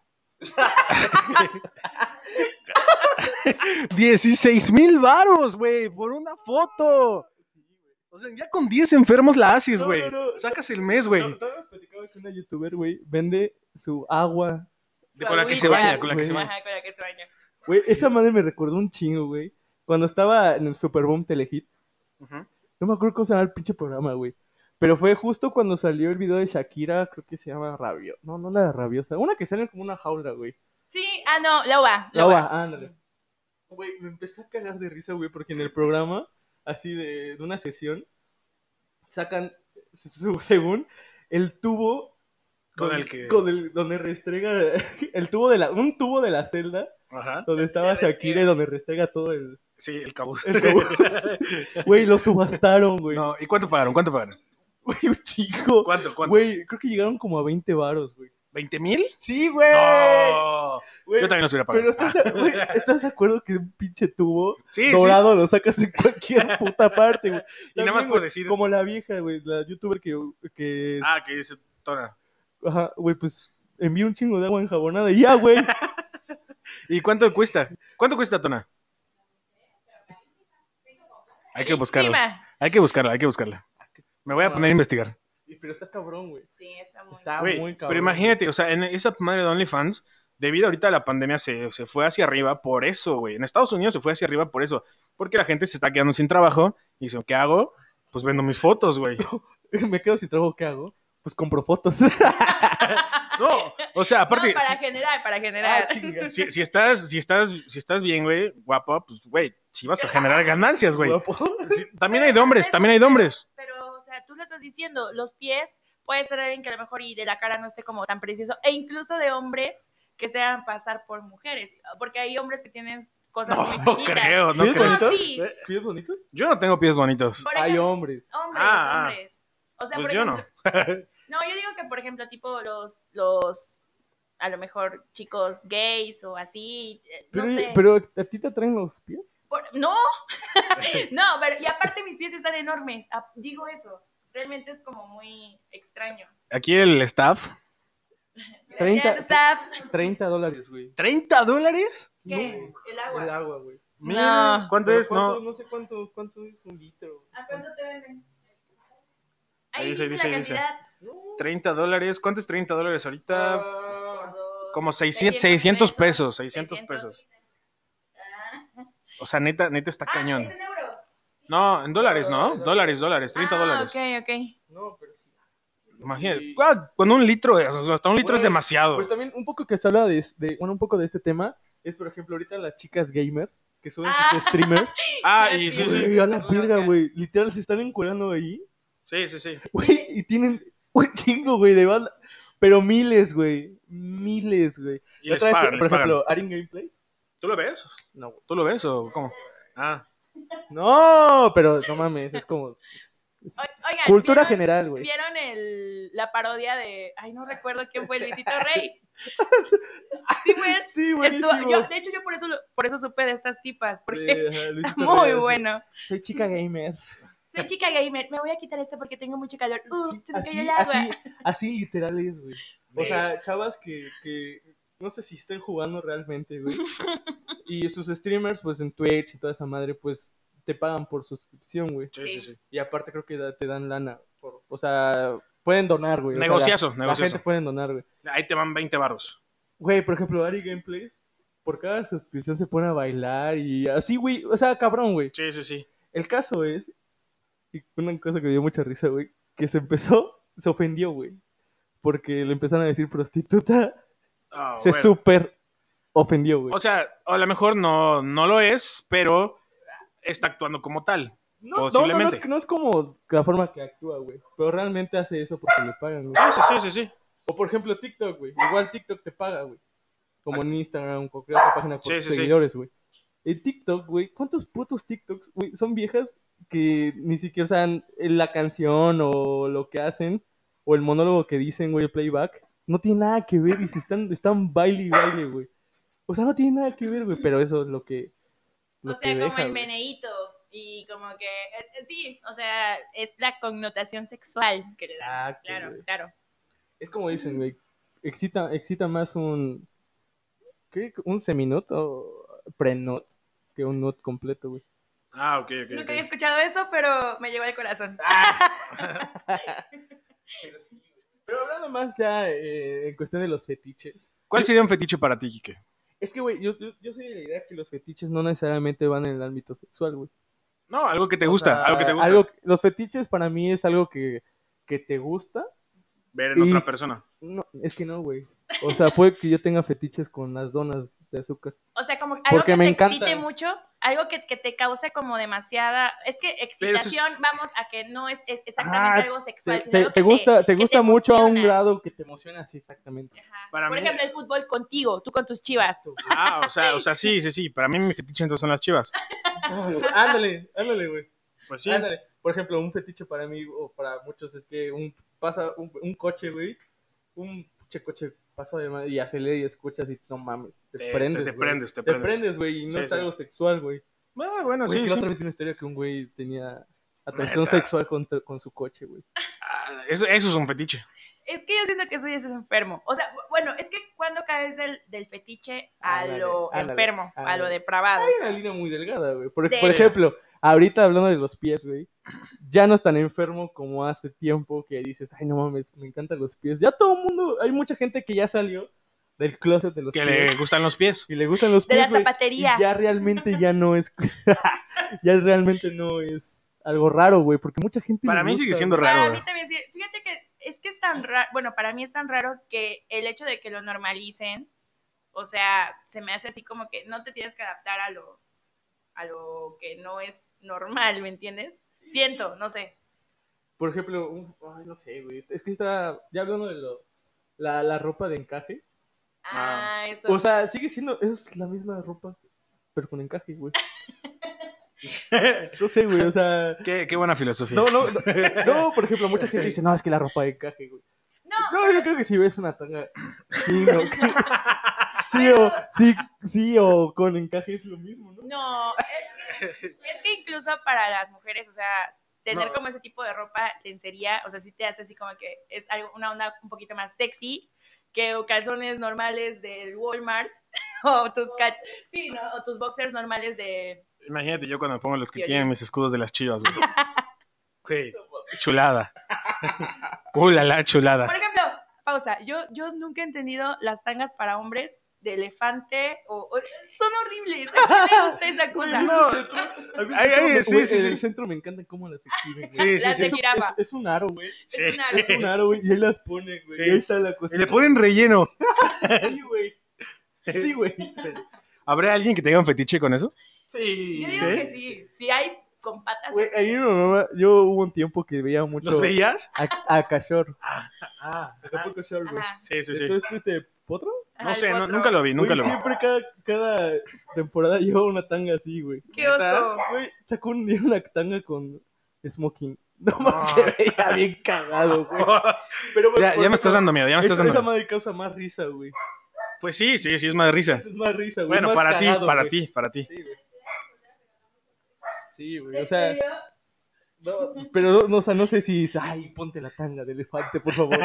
[SPEAKER 1] 16 mil varos, güey, por una foto. O sea, ya con 10 enfermos la haces,
[SPEAKER 2] No,
[SPEAKER 1] güey.
[SPEAKER 2] no, no.
[SPEAKER 1] Sacas el mes, güey.
[SPEAKER 2] No, no, hemos platicado que una youtuber, güey, vende su agua.
[SPEAKER 3] Su
[SPEAKER 1] con la que se
[SPEAKER 3] agüita.
[SPEAKER 1] baña, con la que se
[SPEAKER 2] Güey.
[SPEAKER 1] baña.
[SPEAKER 3] Ajá, con la que se baña.
[SPEAKER 2] Güey, esa madre me recordó un chingo, güey. Cuando estaba en el Superboom Telehit,
[SPEAKER 1] Ujú.
[SPEAKER 2] No me acuerdo cómo se llama el pinche programa, güey. Pero fue justo cuando salió el video de Shakira, creo que se llama Rabio. No, no la de Rabiosa. Una que sale como una jaula, güey.
[SPEAKER 3] Sí, ah, no, Loba.
[SPEAKER 2] La va, ándale. Güey, me empecé a cagar de risa, güey, porque en el programa, así de, de una sesión, sacan, se- se- según, el tubo.
[SPEAKER 1] Con
[SPEAKER 2] donde-
[SPEAKER 1] el que-
[SPEAKER 2] Con el, donde restrega. El tubo de la. Un tubo de la celda
[SPEAKER 1] Ajá.
[SPEAKER 2] donde estaba
[SPEAKER 3] restrega.
[SPEAKER 2] Shakira y donde restrega todo el.
[SPEAKER 1] Sí, el cabuz.
[SPEAKER 2] el cabuz. Güey, lo subastaron, güey.
[SPEAKER 1] no, ¿y cuánto pagaron? ¿Cuánto pagaron?
[SPEAKER 2] Güey, un chico.
[SPEAKER 1] ¿Cuánto? ¿Cuánto?
[SPEAKER 2] Güey, creo que llegaron como a 20 varos, güey.
[SPEAKER 1] ¿20 mil?
[SPEAKER 2] Sí, güey.
[SPEAKER 1] No.
[SPEAKER 2] Güey,
[SPEAKER 1] Yo también los hubiera pagado. Ah,
[SPEAKER 2] Pero estás, güey, ¿estás de acuerdo que un pinche tubo
[SPEAKER 1] sí,
[SPEAKER 2] dorado lo sacas en cualquier puta parte, güey.
[SPEAKER 1] sí. Y nada
[SPEAKER 2] También,
[SPEAKER 1] más por
[SPEAKER 2] güey,
[SPEAKER 1] decir.
[SPEAKER 2] Como la vieja, güey, la youtuber que. que
[SPEAKER 1] Ah, que dice Tona.
[SPEAKER 2] Ajá, güey, pues envió un chingo de agua enjabonada y ya, güey.
[SPEAKER 1] ¿Y cuánto cuesta? ¿Cuánto cuesta Tona? Hay que buscarla.
[SPEAKER 3] Encima.
[SPEAKER 1] Hay que buscarla, hay que buscarla. Me
[SPEAKER 2] Ah.
[SPEAKER 1] voy a poner a investigar.
[SPEAKER 2] Y- Pero está cabrón, güey.
[SPEAKER 3] Sí, está muy
[SPEAKER 2] Está
[SPEAKER 1] Güey,
[SPEAKER 2] muy cabrón.
[SPEAKER 1] pero imagínate, o sea, en esa madre de OnlyFans, debido ahorita a la pandemia, se, se fue hacia arriba por eso, güey. En Estados Unidos se fue hacia arriba por eso. Porque la gente se está quedando sin trabajo y dicen, ¿qué hago? Pues vendo mis fotos, güey.
[SPEAKER 2] Me quedo sin trabajo, ¿qué hago? Pues compro fotos.
[SPEAKER 1] No, o sea, aparte,
[SPEAKER 3] No, para
[SPEAKER 1] si-
[SPEAKER 3] generar, para generar.
[SPEAKER 2] Ah, chinga.
[SPEAKER 1] si, si estás, si, estás, si estás bien, güey, guapa, pues, güey, si vas a generar ganancias, güey.
[SPEAKER 2] Guapo.
[SPEAKER 1] Sí, también hay de hombres, también hay de hombres.
[SPEAKER 3] Pero, o sea, tú lo estás diciendo, los pies puede ser alguien que a lo mejor y de la cara no esté como tan precioso, e incluso de hombres que se hagan pasar por mujeres, porque hay hombres que tienen cosas
[SPEAKER 1] No,
[SPEAKER 3] muy
[SPEAKER 1] no
[SPEAKER 3] chiquitas.
[SPEAKER 1] creo, no
[SPEAKER 2] ¿Pies
[SPEAKER 1] creo.
[SPEAKER 3] No,
[SPEAKER 2] bonitos?
[SPEAKER 3] sí.
[SPEAKER 2] ¿Pies bonitos?
[SPEAKER 1] Yo no tengo pies bonitos.
[SPEAKER 3] Por
[SPEAKER 2] Hay
[SPEAKER 3] ejemplo,
[SPEAKER 2] hombres.
[SPEAKER 3] hombres,
[SPEAKER 1] Ah, ah.
[SPEAKER 3] hombres. O sea,
[SPEAKER 1] Pues
[SPEAKER 3] por
[SPEAKER 1] yo
[SPEAKER 3] ejemplo,
[SPEAKER 1] no.
[SPEAKER 3] No, yo digo que, por ejemplo, tipo los, los, a lo mejor chicos gays o así, eh,
[SPEAKER 2] Pero,
[SPEAKER 3] no sé.
[SPEAKER 2] pero a ti te atraen los pies.
[SPEAKER 3] Por- no, no, pero y aparte mis pies están enormes, Ah, digo eso, realmente es como muy extraño.
[SPEAKER 1] Aquí el staff.
[SPEAKER 3] Gracias,
[SPEAKER 2] 30.
[SPEAKER 3] staff.
[SPEAKER 2] 30 dólares, güey.
[SPEAKER 1] ¿30 dólares?
[SPEAKER 3] ¿Qué? El agua.
[SPEAKER 2] El agua, güey.
[SPEAKER 1] Mira,
[SPEAKER 3] No.
[SPEAKER 1] ¿Cuánto
[SPEAKER 2] Pero
[SPEAKER 1] es? No,
[SPEAKER 2] sé cuánto, cuánto es un litro.
[SPEAKER 3] ¿A cuánto te venden?
[SPEAKER 1] Ahí
[SPEAKER 3] Ahí
[SPEAKER 1] dice,
[SPEAKER 3] dice, la
[SPEAKER 1] dice, dice.
[SPEAKER 3] cantidad.
[SPEAKER 1] 30 dólares. ¿Cuánto es 30 dólares ahorita?
[SPEAKER 3] Por
[SPEAKER 2] Ah,
[SPEAKER 3] dos,
[SPEAKER 1] Como 600, 600 pesos. 600 pesos.
[SPEAKER 3] Ah.
[SPEAKER 1] O sea, neta, neta está
[SPEAKER 3] Ah,
[SPEAKER 1] cañón.
[SPEAKER 3] es en euros.
[SPEAKER 1] No, en dólares, ¿no? Dólares, dólares, 30
[SPEAKER 3] Ah,
[SPEAKER 1] dólares.
[SPEAKER 3] Ok, ok.
[SPEAKER 2] no, pero sí.
[SPEAKER 1] Imagínate.
[SPEAKER 2] Y-
[SPEAKER 1] ah, Con un litro, o sea, hasta un litro es
[SPEAKER 2] Güey,
[SPEAKER 1] demasiado.
[SPEAKER 2] Pues también un poco que se habla de, de- bueno, un poco de este tema es, por ejemplo, ahorita las chicas gamer que suben
[SPEAKER 3] Ah.
[SPEAKER 2] sus streamers.
[SPEAKER 1] Ah, y sí,
[SPEAKER 3] sí,
[SPEAKER 1] sí,
[SPEAKER 2] Güey, a la
[SPEAKER 3] Loca.
[SPEAKER 2] verga, güey. Literal, se están encuerando ahí.
[SPEAKER 1] sí, sí, sí.
[SPEAKER 2] Güey, y tienen un chingo, güey, de banda. Pero miles, güey. Miles, güey.
[SPEAKER 1] Y
[SPEAKER 2] La
[SPEAKER 1] les
[SPEAKER 2] otra vez,
[SPEAKER 1] pagan, les
[SPEAKER 2] por
[SPEAKER 1] pagan.
[SPEAKER 2] ejemplo, Arin Gameplays.
[SPEAKER 1] ¿Tú lo ves?
[SPEAKER 2] No, güey.
[SPEAKER 1] ¿Tú lo ves o cómo? Ah,
[SPEAKER 2] No, pero no mames, es como. es- es-
[SPEAKER 3] O- Oigan,
[SPEAKER 2] Cultura
[SPEAKER 3] ¿vieron-
[SPEAKER 2] general, güey.
[SPEAKER 3] ¿Vieron el, la parodia de. Ay, no recuerdo quién fue Luisito Rey? Sí, güey.
[SPEAKER 2] Sí,
[SPEAKER 3] estuvo-
[SPEAKER 2] buenísimo.
[SPEAKER 3] yo- de hecho, yo por eso, lo- por eso supe de estas tipas, porque
[SPEAKER 2] Sí, ajá, Luisito
[SPEAKER 3] muy
[SPEAKER 2] Rey,
[SPEAKER 3] bueno.
[SPEAKER 2] así, Soy chica gamer.
[SPEAKER 3] Soy chica gamer, me voy a quitar esto porque tengo mucho calor. Uh,
[SPEAKER 2] Sí,
[SPEAKER 3] se me cayó
[SPEAKER 2] así,
[SPEAKER 3] el agua.
[SPEAKER 2] así, así literal es, güey. O
[SPEAKER 1] Sí.
[SPEAKER 2] sea, chavas que, que no sé si estén jugando realmente, güey. Y sus streamers, pues en Twitch y toda esa madre, pues te pagan por suscripción, güey.
[SPEAKER 1] sí, sí, sí.
[SPEAKER 2] Y aparte creo que da- te dan lana. por- o sea, pueden donar, güey. O sea, la-
[SPEAKER 1] Negociazo,
[SPEAKER 2] la, gente
[SPEAKER 1] negociazo.
[SPEAKER 2] pueden donar, güey.
[SPEAKER 1] Ahí te van 20 baros.
[SPEAKER 2] Güey, por ejemplo, Ari Gameplays, por cada suscripción se pone a bailar y así, güey. O sea, cabrón, güey.
[SPEAKER 1] Sí, sí, sí.
[SPEAKER 2] El caso es, y una cosa que me dio mucha risa, güey, que se empezó, se ofendió, güey, porque le empezaron a decir prostituta,
[SPEAKER 1] Ah,
[SPEAKER 2] se
[SPEAKER 1] bueno.
[SPEAKER 2] súper ofendió, güey.
[SPEAKER 1] O sea, a lo mejor no, no lo es, pero está actuando como tal.
[SPEAKER 2] no, no, no, no,
[SPEAKER 1] posiblemente.
[SPEAKER 2] es, no es como la forma que actúa, güey, pero realmente hace eso porque le pagan, güey.
[SPEAKER 1] Sí, sí, sí, sí, sí.
[SPEAKER 2] O por ejemplo TikTok, güey, igual TikTok te paga, güey, como en Instagram, cualquier otra página con
[SPEAKER 1] Sí,
[SPEAKER 2] tus
[SPEAKER 1] sí, sí.
[SPEAKER 2] seguidores, güey. En TikTok, güey, ¿cuántos putos TikToks, güey, son viejas que ni siquiera saben la canción o lo que hacen o el monólogo que dicen, güey, el playback, no tiene nada que ver y si están, están baile y baile, güey. O sea, no tiene nada que ver, güey, pero eso es lo que. lo
[SPEAKER 3] o sea,
[SPEAKER 2] que
[SPEAKER 3] como
[SPEAKER 2] deja,
[SPEAKER 3] el
[SPEAKER 2] güey.
[SPEAKER 3] meneíto. Y como que. eh, eh, sí, o sea, es la connotación sexual que le dan.
[SPEAKER 2] Exacto,
[SPEAKER 3] Claro,
[SPEAKER 2] güey.
[SPEAKER 3] claro.
[SPEAKER 2] Es como dicen, güey, excita, excita más un. ¿Qué? ¿Un seminot o prenot? Que un not completo, güey.
[SPEAKER 1] Ah, ok, ok.
[SPEAKER 3] Nunca
[SPEAKER 1] ok.
[SPEAKER 3] había escuchado eso, pero me llegó al corazón.
[SPEAKER 2] Ah, Pero hablando más ya eh, en cuestión de los fetiches.
[SPEAKER 1] ¿Cuál sería un fetiche para ti, Quique?
[SPEAKER 2] Es que, güey, yo, yo, yo soy de la idea que los fetiches no necesariamente van en el ámbito sexual, güey.
[SPEAKER 1] No, algo que te gusta,
[SPEAKER 2] sea,
[SPEAKER 1] algo que te gusta
[SPEAKER 2] algo- los fetiches para mí es algo que, que te gusta.
[SPEAKER 1] ver en
[SPEAKER 2] y-
[SPEAKER 1] otra persona.
[SPEAKER 2] No, es que no, güey. O sea, puede que yo tenga fetiches con las donas de azúcar.
[SPEAKER 3] O sea, como algo
[SPEAKER 2] Porque
[SPEAKER 3] que
[SPEAKER 2] me
[SPEAKER 3] te
[SPEAKER 2] encanta.
[SPEAKER 3] excite mucho, algo que, que te cause como demasiada. Es que
[SPEAKER 1] Pero eso es-
[SPEAKER 3] excitación, vamos a que no es, es exactamente
[SPEAKER 2] Ah,
[SPEAKER 3] algo sexual.
[SPEAKER 2] Te,
[SPEAKER 3] sino
[SPEAKER 2] te-
[SPEAKER 3] algo
[SPEAKER 2] te
[SPEAKER 3] que
[SPEAKER 2] gusta, te
[SPEAKER 3] que
[SPEAKER 2] gusta mucho a un
[SPEAKER 3] emociona.
[SPEAKER 2] grado que te emociona, sí, exactamente.
[SPEAKER 3] Ajá.
[SPEAKER 1] Para
[SPEAKER 3] Por
[SPEAKER 1] mí-
[SPEAKER 3] ejemplo, el fútbol contigo, tú con tus chivas.
[SPEAKER 1] Ah, o sea, o sea, sí, sí, sí. Para mí mi fetiche entonces son las chivas.
[SPEAKER 2] ándale, ándale, güey.
[SPEAKER 1] Pues sí.
[SPEAKER 2] Ándale. Por ejemplo, un fetiche para mí o para muchos es que un pasa un, un coche, güey, un pinche coche pasa de madre y acelera y escuchas y no mames, te,
[SPEAKER 1] Te-
[SPEAKER 2] prendes.
[SPEAKER 1] te- te
[SPEAKER 2] güey.
[SPEAKER 1] prendes, te
[SPEAKER 2] Te
[SPEAKER 1] prendes.
[SPEAKER 2] prendes, güey, y no
[SPEAKER 1] Sí,
[SPEAKER 2] es
[SPEAKER 1] sí.
[SPEAKER 2] algo sexual, güey.
[SPEAKER 1] Ah, bueno,
[SPEAKER 2] Güey,
[SPEAKER 1] sí,
[SPEAKER 2] que la
[SPEAKER 1] sí.
[SPEAKER 2] otra vez vi una historia que un güey tenía atracción
[SPEAKER 1] Neta.
[SPEAKER 2] sexual con, con su coche, güey.
[SPEAKER 1] Ah, eso, eso es un fetiche.
[SPEAKER 3] Es que yo siento que eso ya es enfermo. O sea, bu- bueno, es que cuando caes del, del fetiche a
[SPEAKER 2] Ándale,
[SPEAKER 3] lo
[SPEAKER 2] ándale,
[SPEAKER 3] enfermo, a lo
[SPEAKER 2] ándale.
[SPEAKER 3] depravado.
[SPEAKER 2] Hay una línea muy delgada, güey. Por,
[SPEAKER 3] De-
[SPEAKER 2] por ejemplo, ahorita hablando de los pies, güey, ya no es tan enfermo como hace tiempo que dices, ay, no mames, me encantan los pies. Ya todo el mundo, hay mucha gente que ya salió del closet de los
[SPEAKER 1] Que
[SPEAKER 2] pies.
[SPEAKER 1] le gustan los pies.
[SPEAKER 2] Y le gustan los
[SPEAKER 3] De
[SPEAKER 2] pies, Pues,
[SPEAKER 3] la
[SPEAKER 2] güey,
[SPEAKER 3] zapatería.
[SPEAKER 2] Y ya realmente ya no es. ya realmente no es algo raro, güey. Porque mucha gente. le
[SPEAKER 1] Para mí sigue
[SPEAKER 2] gusta,
[SPEAKER 1] siendo
[SPEAKER 2] güey.
[SPEAKER 1] raro. ¿eh?
[SPEAKER 3] Para
[SPEAKER 1] güey.
[SPEAKER 3] mí también, sí. fíjate que es que es tan raro, bueno, para mí es tan raro que el hecho de que lo normalicen, o sea, se me hace así como que no te tienes que adaptar a lo, a lo que no es normal, ¿me entiendes? Siento, no sé.
[SPEAKER 2] Por ejemplo, un- ay, no sé, güey. Es que está. Ya hablando de lo- la, la ropa de encaje.
[SPEAKER 1] Ah.
[SPEAKER 3] Ah, eso.
[SPEAKER 2] O sea, sigue siendo. Es la misma ropa, pero con encaje, güey. No sé, güey. O sea.
[SPEAKER 1] Qué, qué buena filosofía.
[SPEAKER 2] No, no, no, no, por ejemplo, mucha gente dice, no, es que la ropa de encaje, güey.
[SPEAKER 3] no,
[SPEAKER 2] No, yo creo que si ves una tanga. Sí, no, que- sí, o, sí, sí, o con encaje es lo mismo, ¿no?
[SPEAKER 3] no, es que, es que incluso para las mujeres, o sea, tener
[SPEAKER 1] No.
[SPEAKER 3] como ese tipo de ropa, lencería, o sea, sí te hace así como que es algo, una onda un poquito más sexy que calzones normales del Walmart o tus, ca- sí, ¿no? o tus boxers normales de...
[SPEAKER 1] Imagínate yo cuando me pongo los que
[SPEAKER 3] Violín.
[SPEAKER 1] tienen mis escudos de las chivas, güey. Güey, chulada. Uh, la, la
[SPEAKER 3] Por
[SPEAKER 1] chulada.
[SPEAKER 3] ejemplo, pausa, yo, yo nunca he entendido las tangas para hombres de elefante o... o- son horribles, ¿a quién le gusta esa cosa?
[SPEAKER 1] No, Ay, ay,
[SPEAKER 2] me-
[SPEAKER 1] sí,
[SPEAKER 2] güey,
[SPEAKER 1] sí,
[SPEAKER 2] en
[SPEAKER 1] sí.
[SPEAKER 2] el centro me encanta cómo las exhiben, güey.
[SPEAKER 1] Sí, sí,
[SPEAKER 3] Las
[SPEAKER 1] sí.
[SPEAKER 3] de jirafa.
[SPEAKER 2] Es, es un aro, güey.
[SPEAKER 1] sí.
[SPEAKER 3] Es una-
[SPEAKER 2] Es un aro, güey. Y ahí las pone, güey.
[SPEAKER 1] Sí.
[SPEAKER 2] Y ahí está la cosa.
[SPEAKER 1] Y le ponen relleno.
[SPEAKER 2] Sí, güey. Sí, güey.
[SPEAKER 1] ¿Habrá alguien que tenga un fetiche con eso?
[SPEAKER 2] Sí.
[SPEAKER 3] Yo digo que sí, si hay con patas...
[SPEAKER 2] Güey, ahí mi mamá, yo hubo un tiempo que veía mucho
[SPEAKER 1] ¿Los veías?
[SPEAKER 2] a, a Cachor.
[SPEAKER 1] Ah,
[SPEAKER 2] Acapulco Shore, güey.
[SPEAKER 3] Ajá,
[SPEAKER 1] sí, sí, sí.
[SPEAKER 2] Entonces, este potro?
[SPEAKER 3] ajá,
[SPEAKER 1] No
[SPEAKER 3] el
[SPEAKER 1] sé, no-
[SPEAKER 3] potro.
[SPEAKER 1] nunca lo vi, nunca
[SPEAKER 2] Güey,
[SPEAKER 1] lo vi.
[SPEAKER 2] siempre cada, cada temporada lleva una tanga así, güey.
[SPEAKER 3] ¡Qué oso!
[SPEAKER 2] Güey, sacó un día una tanga con smoking. No,
[SPEAKER 1] No.
[SPEAKER 2] más se veía bien cagado, güey. Pero,
[SPEAKER 1] Ah. Ya, ya
[SPEAKER 2] güey, por
[SPEAKER 1] me
[SPEAKER 2] ejemplo,
[SPEAKER 1] estás dando miedo, ya me estás
[SPEAKER 2] Esa,
[SPEAKER 1] dando
[SPEAKER 2] esa
[SPEAKER 1] miedo.
[SPEAKER 2] madre causa más risa, güey.
[SPEAKER 1] Pues sí, sí, sí, es más de risa.
[SPEAKER 2] Esa es más risa, güey.
[SPEAKER 1] Bueno,
[SPEAKER 2] más
[SPEAKER 1] para ti,
[SPEAKER 2] cagado,
[SPEAKER 1] para
[SPEAKER 2] güey.
[SPEAKER 1] ti, para ti.
[SPEAKER 2] Sí, güey. Sí, güey. O sea, no, pero no, o sea, no sé si dices, ay, ponte la tanga de elefante, por favor.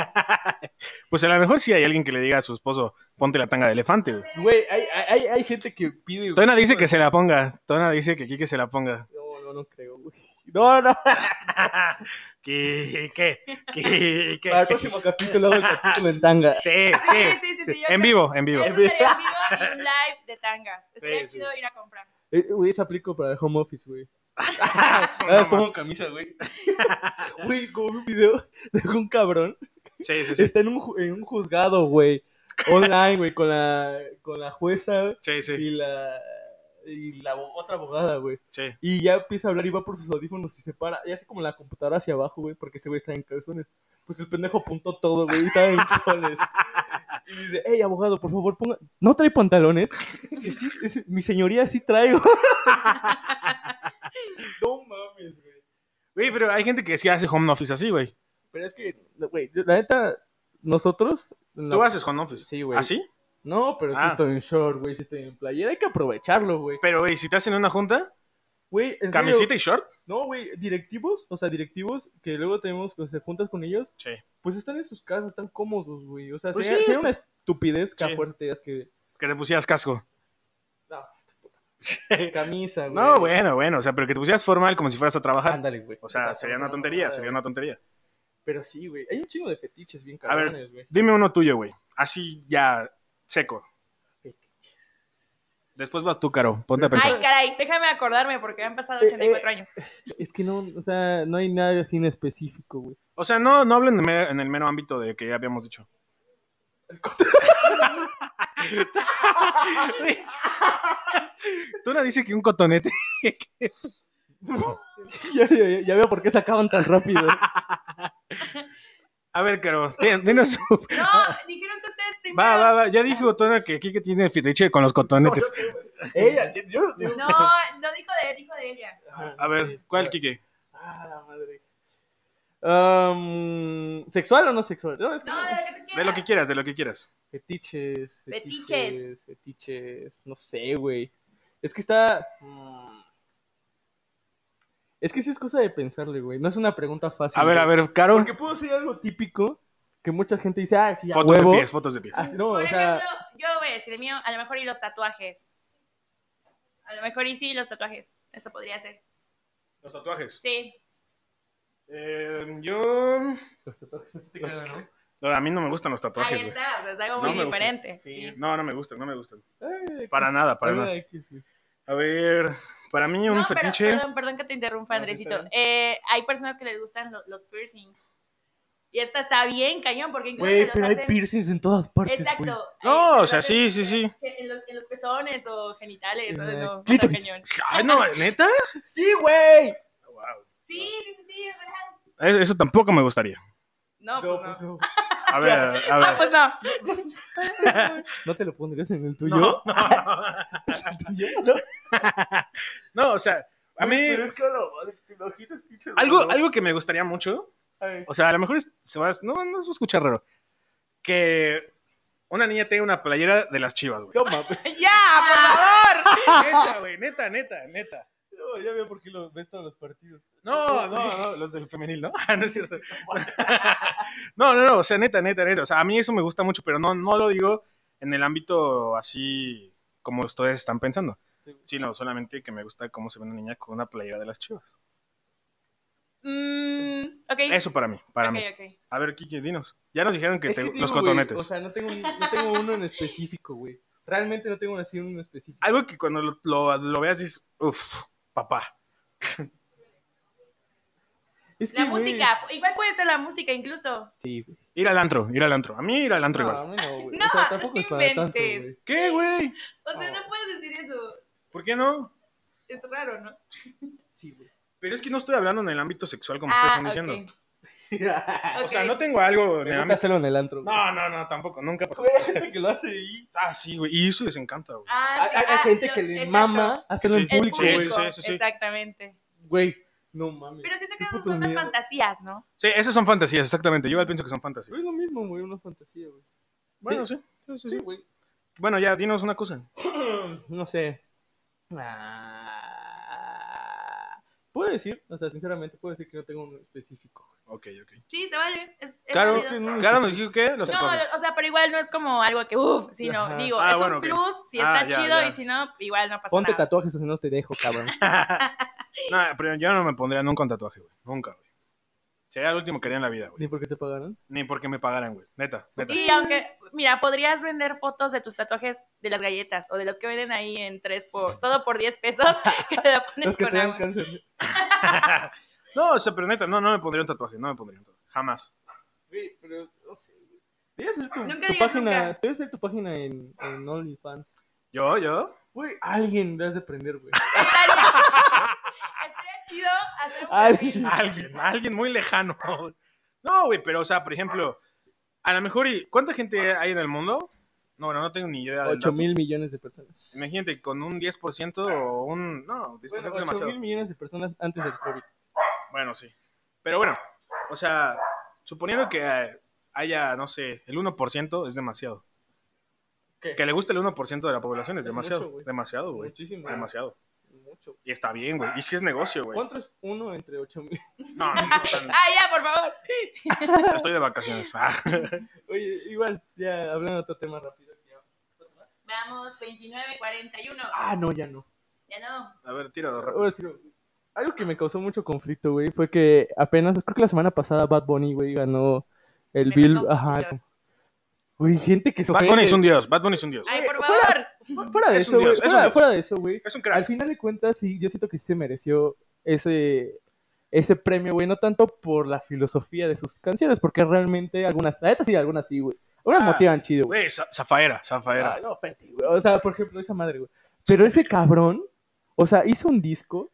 [SPEAKER 1] Pues a lo mejor sí hay alguien que le diga a su esposo, ponte la tanga de elefante, güey.
[SPEAKER 2] Güey, hay, hay, hay- hay gente que pide. güey,
[SPEAKER 1] Tona dice que se la ponga. Tona dice que Kike se la ponga.
[SPEAKER 2] No, no, no creo, güey. No, no.
[SPEAKER 1] Kike, Kike.
[SPEAKER 2] Para el próximo capítulo, hago el capítulo en tanga.
[SPEAKER 1] Sí,
[SPEAKER 3] Ah, Sí,
[SPEAKER 1] sí.
[SPEAKER 3] sí, sí, sí, yo
[SPEAKER 1] En
[SPEAKER 3] creo-
[SPEAKER 1] vivo, en vivo.
[SPEAKER 3] Eso sería en vivo y un live de tangas. Estaría
[SPEAKER 1] Sí, sí.
[SPEAKER 3] chido ir a comprar.
[SPEAKER 2] Eh, Güey, eso aplico para el home office, güey.
[SPEAKER 1] No,
[SPEAKER 2] Ah,
[SPEAKER 1] ma-
[SPEAKER 2] pongo camisa, güey. Güey, como vi un video de un cabrón.
[SPEAKER 1] Sí, sí, sí.
[SPEAKER 2] Está en un, ju- en un juzgado, güey. Online, güey, con la, con la jueza
[SPEAKER 1] Sí, sí,
[SPEAKER 2] y la, y la abo- otra abogada, güey.
[SPEAKER 1] sí.
[SPEAKER 2] Y ya empieza a hablar y va por sus audífonos y se para. Y hace como la computadora hacia abajo, güey, porque ese güey está en calzones. Pues el pendejo apuntó todo, güey, y estaba en calzones. Y dice, hey, abogado, por favor, ponga... ¿No trae pantalones? Dice, sí, es- mi señoría sí traigo. no mames, güey.
[SPEAKER 1] Güey, pero hay gente que sí hace home office así, güey.
[SPEAKER 2] Pero es que, güey, yo- la neta, nosotros...
[SPEAKER 1] Tú haces home office. ¿Ah,
[SPEAKER 2] Sí, güey.
[SPEAKER 1] ¿Así?
[SPEAKER 2] No, pero sí
[SPEAKER 1] Ah.
[SPEAKER 2] estoy en short, güey, sí estoy en playera. Hay que aprovecharlo, güey.
[SPEAKER 1] Pero, güey, si te hacen una junta,
[SPEAKER 2] Güey, en serio,
[SPEAKER 1] camiseta y short.
[SPEAKER 2] No, güey, directivos, o sea, directivos que luego tenemos, que se juntas con ellos,
[SPEAKER 1] Sí.
[SPEAKER 2] pues están en sus casas, están cómodos, güey. O sea,
[SPEAKER 1] Pues
[SPEAKER 2] sería,
[SPEAKER 1] sí,
[SPEAKER 2] sería una
[SPEAKER 1] estás-
[SPEAKER 2] estupidez que
[SPEAKER 1] Sí.
[SPEAKER 2] a fuerza te digas que.
[SPEAKER 1] Que te pusieras casco.
[SPEAKER 2] No, esta puta. Camisa, güey.
[SPEAKER 1] No, bueno, bueno. O sea, pero que te pusieras formal como si fueras a trabajar.
[SPEAKER 2] Ándale, güey.
[SPEAKER 1] O sea, sería una tontería, sería una tontería.
[SPEAKER 2] Pero sí, güey. Hay un chingo de fetiches bien
[SPEAKER 1] A ver.
[SPEAKER 2] cabrones, güey.
[SPEAKER 1] Dime uno tuyo, güey. Así ya seco. Después vas tú, Caro. Ponte a pensar.
[SPEAKER 3] Ay, caray, déjame acordarme porque han pasado 84 años.
[SPEAKER 2] Es que no, o sea, no hay nada así en específico, güey.
[SPEAKER 1] O sea, no, no hablen de me- en el mero ámbito de que ya habíamos dicho. Tú no dices que un cotonete.
[SPEAKER 2] ya, ya- ya veo por qué se acaban tan rápido.
[SPEAKER 1] A ver, Caro, ten- dinos. su-
[SPEAKER 3] No, dijeron que ustedes primero.
[SPEAKER 1] Va, va, va. Ya dijo Tona que aquí que tiene fetiche con los cotonetes.
[SPEAKER 2] Ella, yo- yo-
[SPEAKER 3] No, no dijo de él, dijo de ella.
[SPEAKER 1] A ver, ¿cuál, Kike?
[SPEAKER 2] Ah, la madre. Am, ¿Sexual o no sexual? No, es que
[SPEAKER 3] No, de lo que tú quieras.
[SPEAKER 1] De lo que quieras, de lo que quieras.
[SPEAKER 2] Fetiches,
[SPEAKER 3] Fetiches.
[SPEAKER 2] fetiches, fetiches, no sé, güey. Es que está... mm. Es que sí es cosa de pensarle, güey. No es una pregunta fácil.
[SPEAKER 1] A ver,
[SPEAKER 2] güey.
[SPEAKER 1] a ver, Caro.
[SPEAKER 2] Porque puedo ser algo típico que mucha gente dice, ah, sí, a
[SPEAKER 1] Fotos de
[SPEAKER 2] huevo.
[SPEAKER 1] pies, fotos de pies.
[SPEAKER 2] Ah, sí, no,
[SPEAKER 3] Por
[SPEAKER 2] o sea,
[SPEAKER 3] ejemplo, yo voy a decir el mío, a lo mejor y los tatuajes. A lo mejor y sí, los tatuajes. Eso podría ser.
[SPEAKER 1] Los tatuajes.
[SPEAKER 3] Sí.
[SPEAKER 1] Eh, yo.
[SPEAKER 2] los tatuajes no te quedan, ¿no?
[SPEAKER 1] no, A mí no me gustan los tatuajes,
[SPEAKER 3] Ahí
[SPEAKER 1] güey.
[SPEAKER 3] está, o sea, es algo
[SPEAKER 1] No
[SPEAKER 3] muy
[SPEAKER 1] me gusta.
[SPEAKER 3] diferente.
[SPEAKER 2] Sí.
[SPEAKER 3] sí.
[SPEAKER 1] No, no me gustan, no me gustan.
[SPEAKER 2] Ay, pues,
[SPEAKER 1] Para
[SPEAKER 2] X,
[SPEAKER 1] nada, para
[SPEAKER 2] una
[SPEAKER 1] nada.
[SPEAKER 2] X, güey.
[SPEAKER 1] A ver, para mí un
[SPEAKER 3] No, pero,
[SPEAKER 1] fetiche.
[SPEAKER 3] perdón, perdón que te interrumpa,
[SPEAKER 2] No, sí,
[SPEAKER 3] Andresito.
[SPEAKER 2] está bien.
[SPEAKER 3] Eh, hay personas que les gustan lo- los piercings. Y esta está bien, cañón, porque incluso se
[SPEAKER 2] Güey,
[SPEAKER 3] los
[SPEAKER 2] pero hay
[SPEAKER 3] hacen-
[SPEAKER 2] piercings en todas partes,
[SPEAKER 3] Exacto.
[SPEAKER 2] güey.
[SPEAKER 3] eh,
[SPEAKER 1] No,
[SPEAKER 3] se
[SPEAKER 1] o
[SPEAKER 3] los
[SPEAKER 1] sea,
[SPEAKER 3] hacen
[SPEAKER 1] sí, sí, sí.
[SPEAKER 3] En los, en los pezones o genitales. o
[SPEAKER 2] En la
[SPEAKER 3] no, está
[SPEAKER 2] clítoris.
[SPEAKER 3] cañón.
[SPEAKER 1] Ay, no, neta.
[SPEAKER 2] Sí, güey.
[SPEAKER 3] Sí, sí, sí, sí, es real.
[SPEAKER 1] Es- Eso tampoco me gustaría.
[SPEAKER 3] No, pues no.
[SPEAKER 2] No, pues no.
[SPEAKER 1] A ver, a
[SPEAKER 3] Ah,
[SPEAKER 1] ver.
[SPEAKER 3] pues no.
[SPEAKER 2] ¿No te lo pondrías en el
[SPEAKER 3] pues,
[SPEAKER 2] tuyo?
[SPEAKER 1] No, no, no.
[SPEAKER 2] ¿Tuyo?
[SPEAKER 1] No, o sea, a mí
[SPEAKER 2] Pero es que a la madre, ¿te imaginas, pinche
[SPEAKER 1] algo,
[SPEAKER 2] dolor?
[SPEAKER 1] algo que me gustaría mucho,
[SPEAKER 2] Ay,
[SPEAKER 1] o sea, a lo mejor es- se va, a- no, no se escucha raro, que una niña tenga una playera de las chivas, güey.
[SPEAKER 2] No mames.
[SPEAKER 3] ¡Ya, por favor!
[SPEAKER 1] Neta, güey, neta, neta, neta.
[SPEAKER 2] No, ya veo por qué lo ves todos los partidos.
[SPEAKER 1] No, no, no, los del femenil, ¿no? Ah, no es cierto. No, no, no, o sea, neta, neta, neta. O sea, a mí eso me gusta mucho, pero no, no lo digo en el ámbito así como ustedes están pensando,
[SPEAKER 2] Sí, güey.
[SPEAKER 1] sino solamente que me gusta cómo se ve una niña con una playera de las chivas.
[SPEAKER 3] Mm, ok.
[SPEAKER 1] Eso para mí, para
[SPEAKER 3] Ok,
[SPEAKER 1] mí.
[SPEAKER 3] ok.
[SPEAKER 1] A ver, Kiki, dinos. Ya nos dijeron que,
[SPEAKER 2] Es
[SPEAKER 1] te-
[SPEAKER 2] digo,
[SPEAKER 1] los
[SPEAKER 2] güey,
[SPEAKER 1] cotonetes.
[SPEAKER 2] o sea, no tengo, un- no tengo uno en específico, güey. Realmente no tengo así uno en específico.
[SPEAKER 3] Ah,
[SPEAKER 1] Algo que cuando lo, lo- lo veas dices, uff, papá.
[SPEAKER 2] Es
[SPEAKER 3] La
[SPEAKER 2] güey,
[SPEAKER 3] música. Igual puede ser la música, incluso.
[SPEAKER 2] Sí, güey.
[SPEAKER 1] Ir al antro, ir al antro. A mí ir al antro
[SPEAKER 2] No,
[SPEAKER 1] igual.
[SPEAKER 2] a mí no, güey.
[SPEAKER 3] No,
[SPEAKER 2] o sea, tampoco
[SPEAKER 3] no
[SPEAKER 2] es para tanto,
[SPEAKER 3] inventes.
[SPEAKER 2] güey.
[SPEAKER 1] ¿Qué, güey?
[SPEAKER 3] O sea,
[SPEAKER 2] Oh.
[SPEAKER 3] no puedes decir eso.
[SPEAKER 1] ¿Por qué no?
[SPEAKER 3] Es raro, ¿no?
[SPEAKER 2] Sí, güey.
[SPEAKER 1] Pero es que no estoy hablando en el ámbito sexual como ustedes están diciendo.
[SPEAKER 3] Ah, ok.
[SPEAKER 1] O sea,
[SPEAKER 3] Ok.
[SPEAKER 1] no tengo algo en
[SPEAKER 2] Me
[SPEAKER 1] el
[SPEAKER 2] gusta
[SPEAKER 1] ámbito.
[SPEAKER 2] hacerlo en el antro, güey.
[SPEAKER 1] No, no, no, tampoco, nunca pasó.
[SPEAKER 2] Güey, hay gente que lo hace ahí.
[SPEAKER 1] Ah, sí, güey. Y eso les encanta, güey.
[SPEAKER 3] Ah,
[SPEAKER 2] Hay,
[SPEAKER 3] sí,
[SPEAKER 2] hay- hay
[SPEAKER 3] ah,
[SPEAKER 2] gente
[SPEAKER 3] lo-
[SPEAKER 2] que le
[SPEAKER 3] exacto.
[SPEAKER 2] mama hacerlo en
[SPEAKER 1] Sí,
[SPEAKER 2] público,
[SPEAKER 1] sí,
[SPEAKER 2] güey.
[SPEAKER 1] sí, sí, sí.
[SPEAKER 3] Exactly.
[SPEAKER 2] Güey, no mames.
[SPEAKER 3] Pero siento que
[SPEAKER 2] Qué
[SPEAKER 3] son
[SPEAKER 2] puto
[SPEAKER 3] unas
[SPEAKER 2] miedo.
[SPEAKER 3] fantasías, ¿no?
[SPEAKER 1] Sí, esas son fantasías, exactamente. Yo igual pienso que son
[SPEAKER 2] Pero Es
[SPEAKER 1] fantasías.
[SPEAKER 2] lo mismo, güey, una fantasía, güey.
[SPEAKER 1] Bueno, sí. sí, sí, sí.
[SPEAKER 2] Sí, güey.
[SPEAKER 1] Bueno, ya, dinos una cosa.
[SPEAKER 2] No sé. Ah, Puedo decir, o sea, sinceramente puedo decir que no tengo uno específico.
[SPEAKER 1] Ok, ok.
[SPEAKER 3] Sí, se vale. Es, es
[SPEAKER 1] Caro,
[SPEAKER 3] válido.
[SPEAKER 2] no-
[SPEAKER 1] Caro nos dijo que los
[SPEAKER 3] no,
[SPEAKER 1] tatuajes.
[SPEAKER 3] o sea, pero igual no es como algo que, uff, sino,
[SPEAKER 2] Ajá.
[SPEAKER 3] digo,
[SPEAKER 1] Ah,
[SPEAKER 3] es
[SPEAKER 1] bueno,
[SPEAKER 3] un
[SPEAKER 1] ok.
[SPEAKER 3] plus, si
[SPEAKER 1] Ah,
[SPEAKER 3] está
[SPEAKER 1] ya,
[SPEAKER 3] chido
[SPEAKER 1] ya.
[SPEAKER 3] y si no, igual no pasa
[SPEAKER 2] Ponte
[SPEAKER 3] nada.
[SPEAKER 2] tatuajes o si no te dejo, cabrón.
[SPEAKER 1] No, pero yo no me pondría nunca un tatuaje, güey. Nunca, güey. Sería el último que haría en la vida, güey.
[SPEAKER 2] Ni porque te pagaron.
[SPEAKER 1] Ni porque me pagaran, güey. Neta, neta.
[SPEAKER 3] Y aunque, mira, podrías vender fotos de tus tatuajes de las galletas o de los que venden ahí en tres por, todo por 10 pesos, que te la pones
[SPEAKER 2] Los que te
[SPEAKER 3] con
[SPEAKER 2] dan
[SPEAKER 3] agua.
[SPEAKER 2] cáncer.
[SPEAKER 1] No, o sea, pero neta, no, no me pondría un tatuaje, no me pondría un tatuaje. Jamás.
[SPEAKER 2] Güey, pero no sé. güey. Debes hacer tu,
[SPEAKER 3] Nunca
[SPEAKER 2] tu
[SPEAKER 3] digas
[SPEAKER 2] página,
[SPEAKER 3] nunca.
[SPEAKER 2] debes hacer tu página en, en OnlyFans.
[SPEAKER 1] ¿Yo, yo?
[SPEAKER 2] Güey, alguien debes de prender, güey.
[SPEAKER 3] Ah, Estaría chido hacer un
[SPEAKER 2] Alguien.
[SPEAKER 1] Alguien, alguien muy lejano. No, güey, pero, o sea, por ejemplo, a lo mejor, ¿y ¿cuánta gente hay en el mundo? No, bueno, no tengo ni idea. del
[SPEAKER 2] 8
[SPEAKER 1] dato.
[SPEAKER 2] mil millones de personas.
[SPEAKER 1] Imagínate, con un 10% o un... No, 10%
[SPEAKER 2] Bueno,
[SPEAKER 1] es
[SPEAKER 2] 8
[SPEAKER 1] demasiado.
[SPEAKER 2] mil millones de personas antes del COVID.
[SPEAKER 1] Bueno, sí. Pero bueno, o sea, suponiendo que eh, haya, no sé, el 1% es demasiado.
[SPEAKER 2] ¿Qué?
[SPEAKER 1] Que le guste el 1% de la población es
[SPEAKER 2] Es
[SPEAKER 1] demasiado.
[SPEAKER 2] mucho, güey.
[SPEAKER 1] demasiado, güey.
[SPEAKER 2] Muchísimo.
[SPEAKER 1] Demasiado.
[SPEAKER 2] Mucho.
[SPEAKER 1] Y está bien, güey. Y si es negocio, güey.
[SPEAKER 2] ¿Cuánto es uno entre 8 mil?
[SPEAKER 1] No, no, o sea,
[SPEAKER 3] Ah, ya, por favor.
[SPEAKER 1] estoy de vacaciones. Ah.
[SPEAKER 2] Oye, igual, ya hablando de otro tema rápido. ya.
[SPEAKER 3] Vamos, 29, 41.
[SPEAKER 2] Ah, no, ya no.
[SPEAKER 3] Ya no.
[SPEAKER 1] A ver, tíralo rápido.
[SPEAKER 2] Ahora sí, Algo que me causó mucho conflicto, güey, fue que apenas, creo que la semana pasada Bad Bunny, güey, ganó el
[SPEAKER 3] Mejor
[SPEAKER 2] Bill.
[SPEAKER 3] compositor.
[SPEAKER 2] Ajá. Güey, gente que se
[SPEAKER 1] Bad
[SPEAKER 2] ofende.
[SPEAKER 1] Bunny es un dios. Bad Bunny es un dios.
[SPEAKER 3] Ay, por
[SPEAKER 2] Fuera-
[SPEAKER 3] favor.
[SPEAKER 2] Fuera de
[SPEAKER 1] Es un
[SPEAKER 2] eso, güey.
[SPEAKER 1] dios, es un
[SPEAKER 2] Fuera,
[SPEAKER 1] dios.
[SPEAKER 2] fuera de eso, güey.
[SPEAKER 1] Es un
[SPEAKER 2] Al
[SPEAKER 1] crack.
[SPEAKER 2] final de cuentas, sí, yo siento que sí se mereció ese, ese premio, güey. No tanto por la filosofía de sus canciones, porque realmente algunas, la neta sí, algunas sí, güey. Algunas
[SPEAKER 1] Ah,
[SPEAKER 2] motivan chido, güey.
[SPEAKER 1] Güey, Za- Zafaera, Zafaera.
[SPEAKER 2] Ah, no, espérate, güey. O sea, por ejemplo, esa madre, güey. Pero ese cabrón, o sea, hizo un disco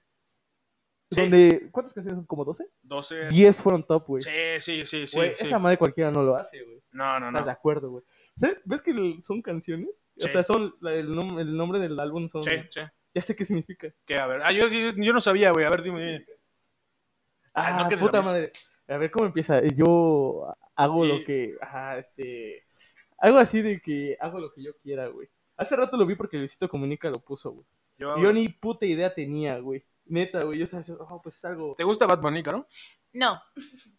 [SPEAKER 1] Sí.
[SPEAKER 2] donde, ¿cuántas canciones son? ¿Como 12?
[SPEAKER 1] 12.
[SPEAKER 2] 10 fueron top, güey.
[SPEAKER 1] Sí, sí, sí, sí.
[SPEAKER 2] Güey,
[SPEAKER 1] sí.
[SPEAKER 2] Esa madre cualquiera no lo hace, güey.
[SPEAKER 1] No, no,
[SPEAKER 2] Estás de
[SPEAKER 1] no.
[SPEAKER 2] acuerdo, güey. ¿Sabes- ¿Ves que el- son canciones? O
[SPEAKER 1] Sí.
[SPEAKER 2] sea, son la- el, nom- el nombre del álbum son.
[SPEAKER 1] Sí, sí.
[SPEAKER 2] Ya sé qué significa.
[SPEAKER 1] ¿Qué? A ver. Ah, yo, yo, yo no sabía, güey. A ver, dime. dime. Ah,
[SPEAKER 2] Ah,
[SPEAKER 1] ¿no quieres
[SPEAKER 2] puta
[SPEAKER 1] saber
[SPEAKER 2] madre. A ver cómo empieza. Yo hago
[SPEAKER 1] Y-
[SPEAKER 2] lo que. Ajá, este. Algo así de que hago lo que yo quiera, güey. Hace rato lo vi porque Luisito Comunica lo puso, güey.
[SPEAKER 1] Yo-
[SPEAKER 2] Yo ni puta idea tenía, güey. Neta, güey. Yo estaba diciendo, oh, pues es algo.
[SPEAKER 1] ¿Te gusta Bad Bunny, no?
[SPEAKER 3] No,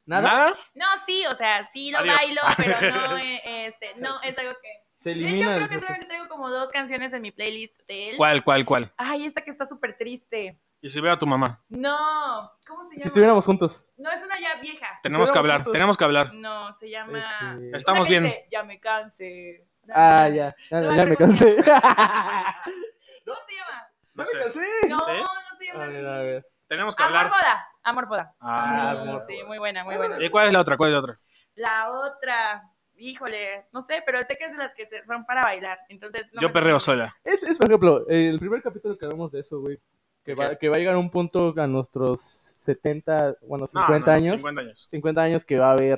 [SPEAKER 2] Nada.
[SPEAKER 3] no, sí, o sea, sí lo
[SPEAKER 1] Adiós.
[SPEAKER 3] bailo, pero no, eh, este, no, es algo que...
[SPEAKER 2] Se
[SPEAKER 3] De hecho,
[SPEAKER 2] elimina.
[SPEAKER 3] creo que
[SPEAKER 2] el-
[SPEAKER 3] solamente tengo como dos canciones en mi playlist de él.
[SPEAKER 1] ¿Cuál, cuál, cuál?
[SPEAKER 3] Ay, esta que está súper triste.
[SPEAKER 1] Y si veo a tu mamá.
[SPEAKER 3] No, ¿cómo se
[SPEAKER 2] Si
[SPEAKER 3] llama?
[SPEAKER 2] estuviéramos juntos.
[SPEAKER 3] No, es una ya vieja.
[SPEAKER 1] Tenemos que
[SPEAKER 2] Pero
[SPEAKER 1] hablar,
[SPEAKER 2] nosotros-
[SPEAKER 1] tenemos que hablar.
[SPEAKER 3] No, se llama...
[SPEAKER 2] Este,
[SPEAKER 3] una
[SPEAKER 1] Estamos
[SPEAKER 3] que
[SPEAKER 1] bien.
[SPEAKER 3] dice, ya me cansé.
[SPEAKER 2] Ah, ya. Ya,
[SPEAKER 3] No,
[SPEAKER 2] ya
[SPEAKER 3] no,
[SPEAKER 2] me
[SPEAKER 3] no.
[SPEAKER 2] cansé.
[SPEAKER 3] ¿Cómo se llama?
[SPEAKER 1] No
[SPEAKER 2] ¡Ya
[SPEAKER 1] sé.
[SPEAKER 2] me cansé!
[SPEAKER 3] No,
[SPEAKER 1] ¿Sí?
[SPEAKER 3] no se llama
[SPEAKER 2] A ver,
[SPEAKER 3] así.
[SPEAKER 2] a ver.
[SPEAKER 1] Tenemos que hablar.
[SPEAKER 3] Amorfoda. Amorfoda.
[SPEAKER 1] Ah. Eh.
[SPEAKER 2] Amorfoda.
[SPEAKER 3] Sí, muy buena, muy buena.
[SPEAKER 1] ¿Y cuál es la otra? ¿Cuál es la otra?
[SPEAKER 3] La otra, híjole, no sé, pero sé que es de las que se- son para bailar. Entonces, no
[SPEAKER 1] Yo
[SPEAKER 3] me-
[SPEAKER 1] perreo sola.
[SPEAKER 2] Es, es, por ejemplo, el primer capítulo que hablamos de eso, güey. Que va, que va a llegar un punto a nuestros 70, bueno, 50 años.
[SPEAKER 1] 50 años.
[SPEAKER 2] 50 años que va a haber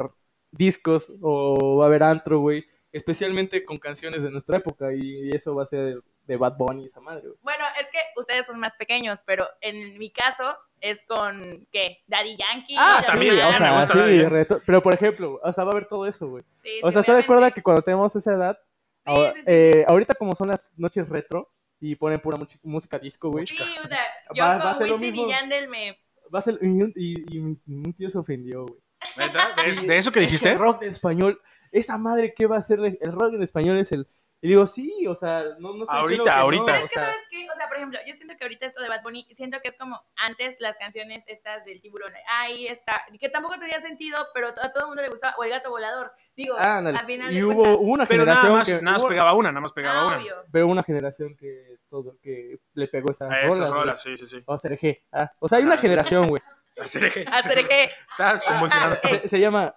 [SPEAKER 2] discos o va a haber antro, güey. Especialmente con canciones de nuestra época. Y, eso va a ser de, de Bad Bunny y esa madre, güey.
[SPEAKER 3] Bueno, es que ustedes son más pequeños, pero en mi caso es con, ¿qué? Daddy Yankee.
[SPEAKER 1] Ah,
[SPEAKER 3] los
[SPEAKER 1] sí, también,
[SPEAKER 3] Marlon.
[SPEAKER 2] o sea,
[SPEAKER 1] me gusta
[SPEAKER 2] sí,
[SPEAKER 1] la de-
[SPEAKER 2] reto- Pero por ejemplo, o sea, va a haber todo eso, güey.
[SPEAKER 3] Sí,
[SPEAKER 2] O
[SPEAKER 3] sí,
[SPEAKER 2] sea, estoy de acuerdo
[SPEAKER 3] obviamente.
[SPEAKER 2] que cuando tenemos esa edad,
[SPEAKER 3] Sí,
[SPEAKER 2] ahora-
[SPEAKER 3] sí, sí,
[SPEAKER 2] eh, ahorita como son las noches retro y ponen pura muchi- música disco, güey.
[SPEAKER 3] Sí, o sea, yo
[SPEAKER 2] Va- va a
[SPEAKER 3] con
[SPEAKER 2] ser lo
[SPEAKER 3] Wisin y
[SPEAKER 2] mismo.
[SPEAKER 3] Yandel me...
[SPEAKER 2] Va a ser, y, un- y- y mi, un tío se ofendió, güey.
[SPEAKER 1] ¿Neta? ¿De, de eso que
[SPEAKER 2] El
[SPEAKER 1] dijiste?
[SPEAKER 2] rock en español, esa madre que va a ser el rock en español es el. Y digo, sí, o sea, no, no estoy diciendo
[SPEAKER 1] Ahorita,
[SPEAKER 2] que no,
[SPEAKER 1] ahorita.
[SPEAKER 3] Pero
[SPEAKER 2] o
[SPEAKER 3] es que,
[SPEAKER 2] sea,
[SPEAKER 3] ¿sabes qué? O sea, por ejemplo, yo siento que ahorita esto de Bad Bunny, siento que es como antes las canciones estas del tiburón. Ahí está. Que tampoco tenía sentido, pero a todo el mundo le gustaba. O el gato volador. Digo, ah,
[SPEAKER 2] ándale.
[SPEAKER 3] al final
[SPEAKER 2] Y
[SPEAKER 3] de
[SPEAKER 2] hubo,
[SPEAKER 3] cuentas-
[SPEAKER 2] hubo una
[SPEAKER 1] Pero nada
[SPEAKER 2] generación
[SPEAKER 1] más,
[SPEAKER 2] que.
[SPEAKER 1] nada más
[SPEAKER 2] hubo-
[SPEAKER 1] pegaba una, nada más pegaba
[SPEAKER 3] ah,
[SPEAKER 1] una.
[SPEAKER 3] obvio.
[SPEAKER 2] pero una generación que todo, que le pegó esas
[SPEAKER 1] A
[SPEAKER 2] rolas.
[SPEAKER 1] esas
[SPEAKER 2] güey.
[SPEAKER 1] rolas, sí, sí, sí.
[SPEAKER 2] O Sergé, ah. O sea, hay una
[SPEAKER 1] Ah, sí.
[SPEAKER 2] generación, güey.
[SPEAKER 1] Así que-
[SPEAKER 3] Hacer Ah, que.
[SPEAKER 1] Estás convulsionando.
[SPEAKER 3] Ah,
[SPEAKER 2] Se, se llama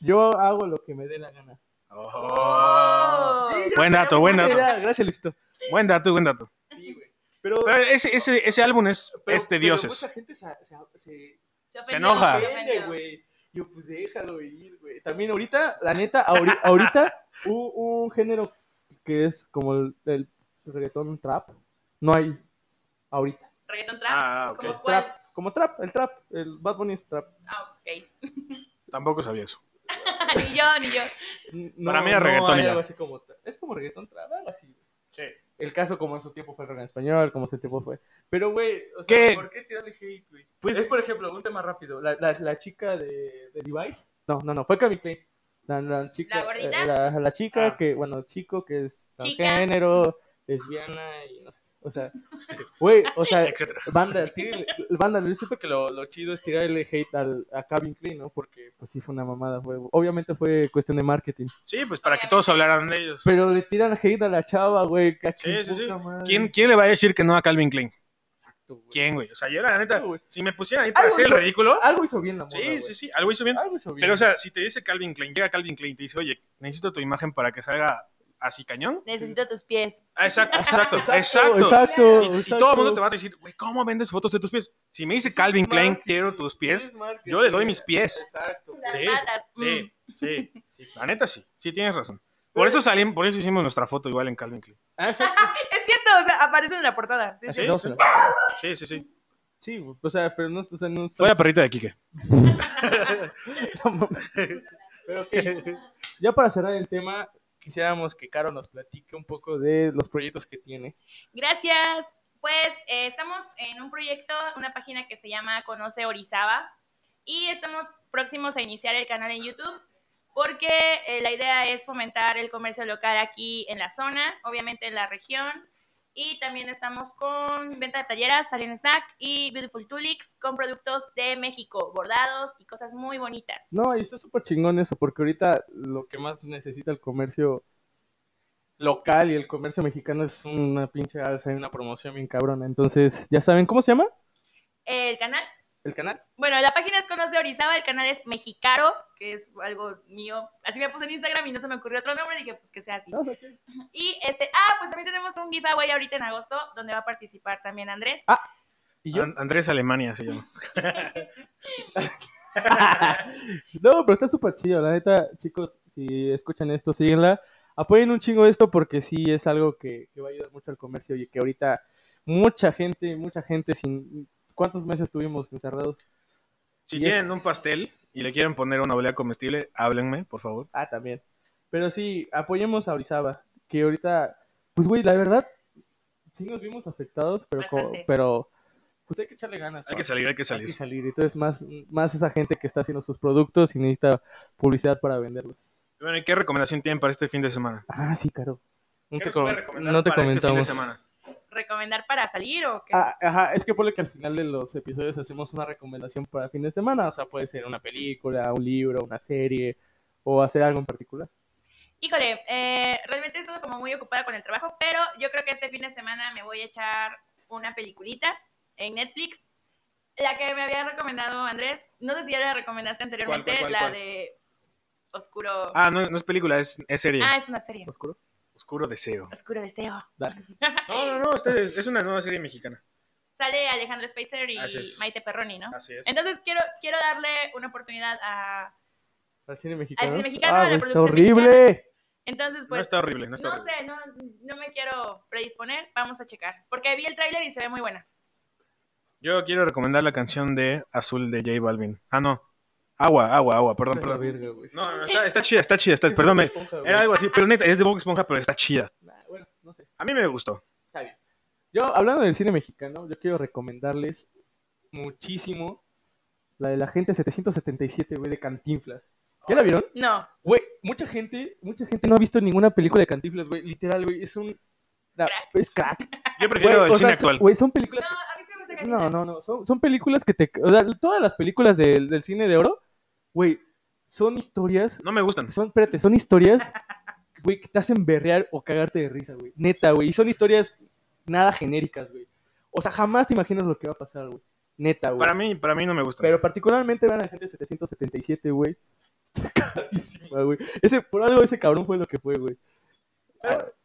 [SPEAKER 2] Yo hago lo que me dé la gana.
[SPEAKER 1] Oh.
[SPEAKER 3] Sí,
[SPEAKER 1] Buen dato, buen dato.
[SPEAKER 2] Mira, Gracias, Luisito.
[SPEAKER 1] Buen dato, buen dato.
[SPEAKER 2] Pero,
[SPEAKER 1] Pero ese, ese, ese álbum es,
[SPEAKER 2] pero-
[SPEAKER 1] es de
[SPEAKER 2] pero
[SPEAKER 1] dioses. Ah,
[SPEAKER 2] Mucha gente se, se, se
[SPEAKER 1] Se
[SPEAKER 3] ofendió,
[SPEAKER 1] enoja.
[SPEAKER 3] se
[SPEAKER 2] ofende,
[SPEAKER 3] ofendió.
[SPEAKER 2] güey. Yo, pues déjalo ir, güey. También ahorita, la neta, ahori- ahorita, un, un género que es como el, el reggaetón trap, no hay ahorita.
[SPEAKER 3] Reggaeton trap.
[SPEAKER 1] Ah, ok.
[SPEAKER 3] ¿Cómo cuál?
[SPEAKER 2] Trap, como trap, el trap, el Bad Bunny es trap.
[SPEAKER 3] Ah, ok.
[SPEAKER 1] Tampoco sabía eso.
[SPEAKER 3] ni yo, ni yo.
[SPEAKER 2] No-
[SPEAKER 1] Para mí era
[SPEAKER 2] no
[SPEAKER 1] reggaetón
[SPEAKER 2] hay
[SPEAKER 1] y ya.
[SPEAKER 2] algo así como tra- es como reggaetón trap, algo así. güey.
[SPEAKER 1] Sí.
[SPEAKER 2] El caso como en su tiempo fue el rock en español, como su tiempo fue. Pero, güey, o sea,
[SPEAKER 1] ¿Qué?
[SPEAKER 2] ¿por qué tirarle hate, güey?
[SPEAKER 1] Pues-
[SPEAKER 2] es, por ejemplo, un tema rápido. La, la, la chica de, de Device. No, no, no, fue Cami Klein. La, la chica,
[SPEAKER 3] ¿La gordita?
[SPEAKER 2] eh, la, la chica
[SPEAKER 1] Ah.
[SPEAKER 2] que, bueno, chico que es
[SPEAKER 3] Chica.
[SPEAKER 2] transgénero, lesbiana y no sé. O sea, güey, o sea,
[SPEAKER 1] Etcétera.
[SPEAKER 2] banda, tírale- banda, yo siento que lo, lo chido es tirarle hate al, a Calvin Klein, ¿no? Porque, pues sí, fue una mamada. Fue, obviamente fue cuestión de marketing.
[SPEAKER 1] Sí, pues para que todos hablaran de ellos.
[SPEAKER 2] Pero le tiran hate a la chava, güey. que
[SPEAKER 1] Sí, sí, sí.
[SPEAKER 2] puta madre.
[SPEAKER 1] ¿Quién, ¿Quién le va a decir que no a Calvin Klein?
[SPEAKER 2] Exacto, güey.
[SPEAKER 1] ¿Quién, güey? O sea, yo la neta,
[SPEAKER 2] Exacto, güey.
[SPEAKER 1] si me pusieran ahí para
[SPEAKER 2] Algo
[SPEAKER 1] hacer el
[SPEAKER 2] hizo-
[SPEAKER 1] ridículo,
[SPEAKER 2] Algo hizo bien la morra,
[SPEAKER 1] sí,
[SPEAKER 2] güey.
[SPEAKER 1] sí, sí, algo hizo bien.
[SPEAKER 2] Algo hizo bien.
[SPEAKER 1] Pero, o sea, si te dice Calvin Klein, llega Calvin Klein y te dice, oye, necesito tu imagen para que salga así cañón.
[SPEAKER 3] Necesito tus pies.
[SPEAKER 1] Ah, exacto, exacto, exacto.
[SPEAKER 2] exacto,
[SPEAKER 1] Y,
[SPEAKER 2] exacto,
[SPEAKER 1] y
[SPEAKER 2] exacto.
[SPEAKER 1] todo el mundo te va a decir, güey, ¿cómo vendes fotos de tus pies? Si me dice
[SPEAKER 2] Es
[SPEAKER 1] Calvin Klein,
[SPEAKER 2] marketing,
[SPEAKER 1] quiero tus pies.
[SPEAKER 2] es marketing. mm.
[SPEAKER 1] yo le doy mis pies.
[SPEAKER 2] Exacto.
[SPEAKER 3] Las
[SPEAKER 1] Sí,
[SPEAKER 3] matas.
[SPEAKER 1] Sí, sí.
[SPEAKER 2] Sí.
[SPEAKER 1] La neta sí, sí tienes razón. Por eso salimos, por eso hicimos nuestra foto igual en Calvin Klein.
[SPEAKER 2] Ah, exacto.
[SPEAKER 3] Es cierto, o sea, aparece en la portada. Sí,
[SPEAKER 2] Ah,
[SPEAKER 3] sí.
[SPEAKER 1] Sí,
[SPEAKER 2] No,
[SPEAKER 1] sí.
[SPEAKER 2] pero-
[SPEAKER 1] Sí, sí, sí.
[SPEAKER 2] Sí, güey, o sea, pero no, o sea, no
[SPEAKER 1] Fue la perrita de Quique.
[SPEAKER 2] Pero ok, ya para cerrar el tema, quisiéramos que Caro nos platique un poco de los proyectos que tiene.
[SPEAKER 3] Gracias. Pues eh, estamos en un proyecto, una página que se llama Conoce Orizaba y estamos próximos a iniciar el canal en YouTube porque eh, la idea es fomentar el comercio local aquí en la zona, obviamente en la región. Y también estamos con venta de talleras, Alien Snack y Beautiful Tulix con productos de México, bordados y cosas muy bonitas.
[SPEAKER 2] No, y está súper chingón eso, porque ahorita lo que más necesita el comercio local y el comercio mexicano es una pinche alza y una promoción bien cabrona. Entonces, ya saben, ¿cómo se llama?
[SPEAKER 3] El canal.
[SPEAKER 2] El canal.
[SPEAKER 3] Bueno, la página es Conoce Orizaba, el canal es Mexicaro, que es algo mío. Así me puse en Instagram y no se me ocurrió otro nombre, dije pues que sea así.
[SPEAKER 2] Ah, está chido.
[SPEAKER 3] Y este, ah, pues también tenemos un giveaway ahorita en agosto, donde va a participar también Andrés.
[SPEAKER 2] Ah. ¿Y yo?
[SPEAKER 1] An- Andrés Alemania se llama.
[SPEAKER 2] "Ah". no, pero está súper chido, la neta, chicos, si escuchan esto, síguenla. Apoyen un chingo esto porque sí es algo que, que va a ayudar mucho al comercio y que ahorita mucha gente, mucha gente sin... ¿Cuántos meses estuvimos encerrados?
[SPEAKER 1] Si
[SPEAKER 2] Y es-
[SPEAKER 1] quieren un pastel y le quieren poner una olea comestible, háblenme, por favor.
[SPEAKER 2] Ah, también. Pero sí, apoyemos a Orizaba, que ahorita, pues güey, la verdad, sí nos vimos afectados, pero, co-
[SPEAKER 3] Bastante.
[SPEAKER 2] pero pues hay que echarle ganas.
[SPEAKER 1] Hay
[SPEAKER 2] ¿no?
[SPEAKER 1] que salir, hay que
[SPEAKER 2] Hay que
[SPEAKER 1] salir.
[SPEAKER 2] salir. Entonces, más, más esa gente que está haciendo sus productos y necesita publicidad para venderlos.
[SPEAKER 1] Bueno, ¿y qué recomendación tienen para este fin de semana?
[SPEAKER 2] Ah, sí, claro. No
[SPEAKER 1] ¿Qué
[SPEAKER 2] te,
[SPEAKER 1] nos puede
[SPEAKER 2] com-
[SPEAKER 1] recomendar
[SPEAKER 2] no te
[SPEAKER 1] para este fin de
[SPEAKER 2] comentamos.
[SPEAKER 1] semana?
[SPEAKER 3] ¿Recomendar para salir o qué?
[SPEAKER 2] Ah, ajá, es que por lo que al final de los episodios hacemos una recomendación para el fin de semana. O sea, puede ser una película, un libro, una serie o hacer algo en particular.
[SPEAKER 3] Híjole, eh, realmente he estado como muy ocupada con el trabajo, pero yo creo que este fin de semana me voy a echar una peliculita en Netflix, la que me había recomendado Andrés. No sé si ya la recomendaste anteriormente,
[SPEAKER 2] cuál,
[SPEAKER 3] la
[SPEAKER 2] cuál?
[SPEAKER 3] de Oscuro. Ah,
[SPEAKER 1] Ah, no, no es película, es, es serie.
[SPEAKER 3] es una serie.
[SPEAKER 2] ¿Oscuro?
[SPEAKER 1] Oscuro Deseo.
[SPEAKER 3] Oscuro Deseo.
[SPEAKER 2] Dark.
[SPEAKER 1] No, no, no, ustedes, es una nueva serie mexicana.
[SPEAKER 3] Sale Alejandro Spitzer y
[SPEAKER 1] Así es.
[SPEAKER 3] Maite Perroni, ¿no?
[SPEAKER 1] Así es.
[SPEAKER 3] Entonces quiero, quiero darle una oportunidad a...
[SPEAKER 2] ¿Al cine mexicano?
[SPEAKER 3] Al cine mexicano,
[SPEAKER 2] Ah,
[SPEAKER 3] a la
[SPEAKER 2] güey, está
[SPEAKER 3] producción
[SPEAKER 2] horrible.
[SPEAKER 3] Entonces,
[SPEAKER 1] no
[SPEAKER 3] pues,
[SPEAKER 1] está horrible, no está
[SPEAKER 3] no,
[SPEAKER 1] horrible.
[SPEAKER 3] sé, no, no me quiero predisponer, vamos a checar. Porque vi el tráiler y se ve muy buena.
[SPEAKER 1] Yo quiero recomendar la canción de Azul de J Balvin. Ah, no. Agua, agua, agua, perdón,
[SPEAKER 2] La
[SPEAKER 1] perdón.
[SPEAKER 2] verga, güey.
[SPEAKER 1] No, no, no, está, está chida, está chida, está, perdón, me-
[SPEAKER 2] Esponja, güey.
[SPEAKER 1] era algo así, pero neta, es de Bob Esponja, pero está chida.
[SPEAKER 2] Nah, bueno, no sé.
[SPEAKER 1] A mí me gustó.
[SPEAKER 2] Está bien. Yo, hablando del cine mexicano, yo quiero recomendarles muchísimo la de la gente 777, güey, de Cantinflas. ¿Ya la vieron?
[SPEAKER 3] No,
[SPEAKER 2] Güey, mucha gente, mucha gente no ha visto ninguna película de Cantinflas, güey. Literal, güey, es un... la- es crack.
[SPEAKER 1] Yo prefiero
[SPEAKER 2] Güey,
[SPEAKER 1] el
[SPEAKER 2] o sea,
[SPEAKER 1] cine
[SPEAKER 2] son-
[SPEAKER 1] actual.
[SPEAKER 2] Güey, son películas...
[SPEAKER 3] no, a mí se me gusta
[SPEAKER 2] que-
[SPEAKER 3] Cantinflas.
[SPEAKER 2] No, no, no. Son, son películas que te... O sea, todas las películas del, del cine de oro, güey, son historias
[SPEAKER 1] No me gustan.
[SPEAKER 2] son, espérate, son historias, güey, que te hacen berrear o cagarte de risa, güey. Neta, güey. Y son historias nada genéricas, güey. O sea, jamás te imaginas lo que va a pasar, güey. Neta, güey.
[SPEAKER 1] Para mí, para mí no me gustan.
[SPEAKER 2] Pero particularmente vean a gente 777, güey. Está carísima, güey. Ese, por algo ese cabrón fue lo que fue, güey.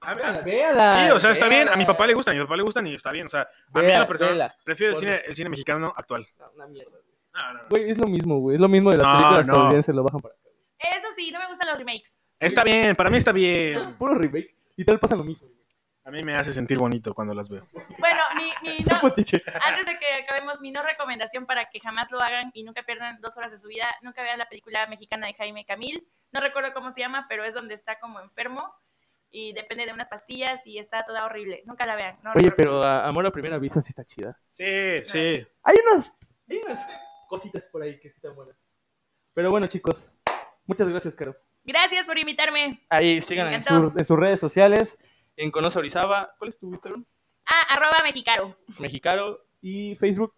[SPEAKER 1] A mí-
[SPEAKER 2] Véala, véala,
[SPEAKER 1] Ah, Sí, o sea, está bien. A mi
[SPEAKER 2] véala.
[SPEAKER 1] papá le gustan, a mi papá le gustan y está bien. O sea, a mí en
[SPEAKER 2] Vela,
[SPEAKER 1] lo personal,
[SPEAKER 2] vela.
[SPEAKER 1] prefiero el
[SPEAKER 2] Por-
[SPEAKER 1] cine, el cine mexicano actual.
[SPEAKER 2] No, una mierda, güey.
[SPEAKER 1] No, no, no.
[SPEAKER 2] Güey, es lo mismo, güey. Es lo mismo de las
[SPEAKER 1] No,
[SPEAKER 2] películas
[SPEAKER 1] no.
[SPEAKER 2] estadounidenses, lo bajan para acá.
[SPEAKER 3] Eso sí, no me gustan los remakes.
[SPEAKER 1] Está bien, para mí está
[SPEAKER 2] Es
[SPEAKER 1] bien.
[SPEAKER 2] un puro remake. Y tal pasa lo mismo, güey.
[SPEAKER 1] A mí me hace sentir bonito cuando las veo.
[SPEAKER 3] Bueno, mi, mi
[SPEAKER 2] Es un
[SPEAKER 3] no,
[SPEAKER 2] fetiche.
[SPEAKER 3] antes de que acabemos, mi no recomendación para que jamás lo hagan y nunca pierdan dos horas de su vida, nunca vean la película mexicana de Jaime Camil. No recuerdo cómo se llama, pero es donde está como enfermo y depende de unas pastillas y está toda horrible. Nunca la vean. No
[SPEAKER 2] Oye,
[SPEAKER 3] recuerdo.
[SPEAKER 2] pero a- Amor a Primera Vista sí está chida.
[SPEAKER 1] Sí, sí.
[SPEAKER 2] Hay unas, hay unas cositas por ahí que sí están buenas. Pero bueno, chicos, muchas gracias, Caro.
[SPEAKER 3] Gracias por invitarme.
[SPEAKER 2] Ahí sigan
[SPEAKER 3] Me
[SPEAKER 2] en
[SPEAKER 3] encantó.
[SPEAKER 2] sus, en sus redes sociales, en Conoce Orizaba. ¿Cuál es tu Instagram?
[SPEAKER 3] Ah, arroba mexicaro.
[SPEAKER 2] Mexicaro y Facebook.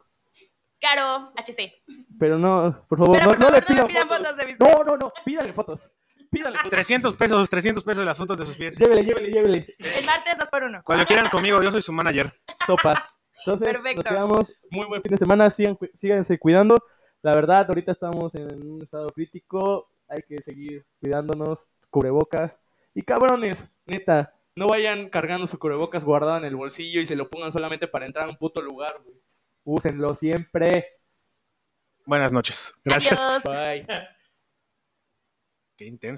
[SPEAKER 3] Caro HC.
[SPEAKER 2] Pero no, por favor,
[SPEAKER 3] Pero
[SPEAKER 2] no,
[SPEAKER 3] por
[SPEAKER 2] no
[SPEAKER 3] favor,
[SPEAKER 2] le
[SPEAKER 3] no
[SPEAKER 2] pidan,
[SPEAKER 3] me pidan
[SPEAKER 2] fotos.
[SPEAKER 3] fotos de mis
[SPEAKER 2] No, no, no, pídale fotos. Pídale fotos.
[SPEAKER 1] 300 pesos, 300 pesos las fotos de sus pies.
[SPEAKER 2] Llévele, llévele, llévele.
[SPEAKER 3] El martes 2x1.
[SPEAKER 1] Cuando quieran conmigo, yo soy su manager.
[SPEAKER 2] Sopas. Entonces,
[SPEAKER 3] Perfecto.
[SPEAKER 2] nos quedamos. Muy buen fin de semana. Sigan, cu- síganse cuidando. La verdad, ahorita estamos en un estado crítico. Hay que seguir cuidándonos. Cubrebocas. Y cabrones, neta, no vayan cargando su cubrebocas guardado en el bolsillo y se lo pongan solamente para entrar a un puto lugar, güey. Úsenlo siempre.
[SPEAKER 1] Buenas noches. Gracias.
[SPEAKER 3] Adiós.
[SPEAKER 2] Bye.
[SPEAKER 1] Qué intenso.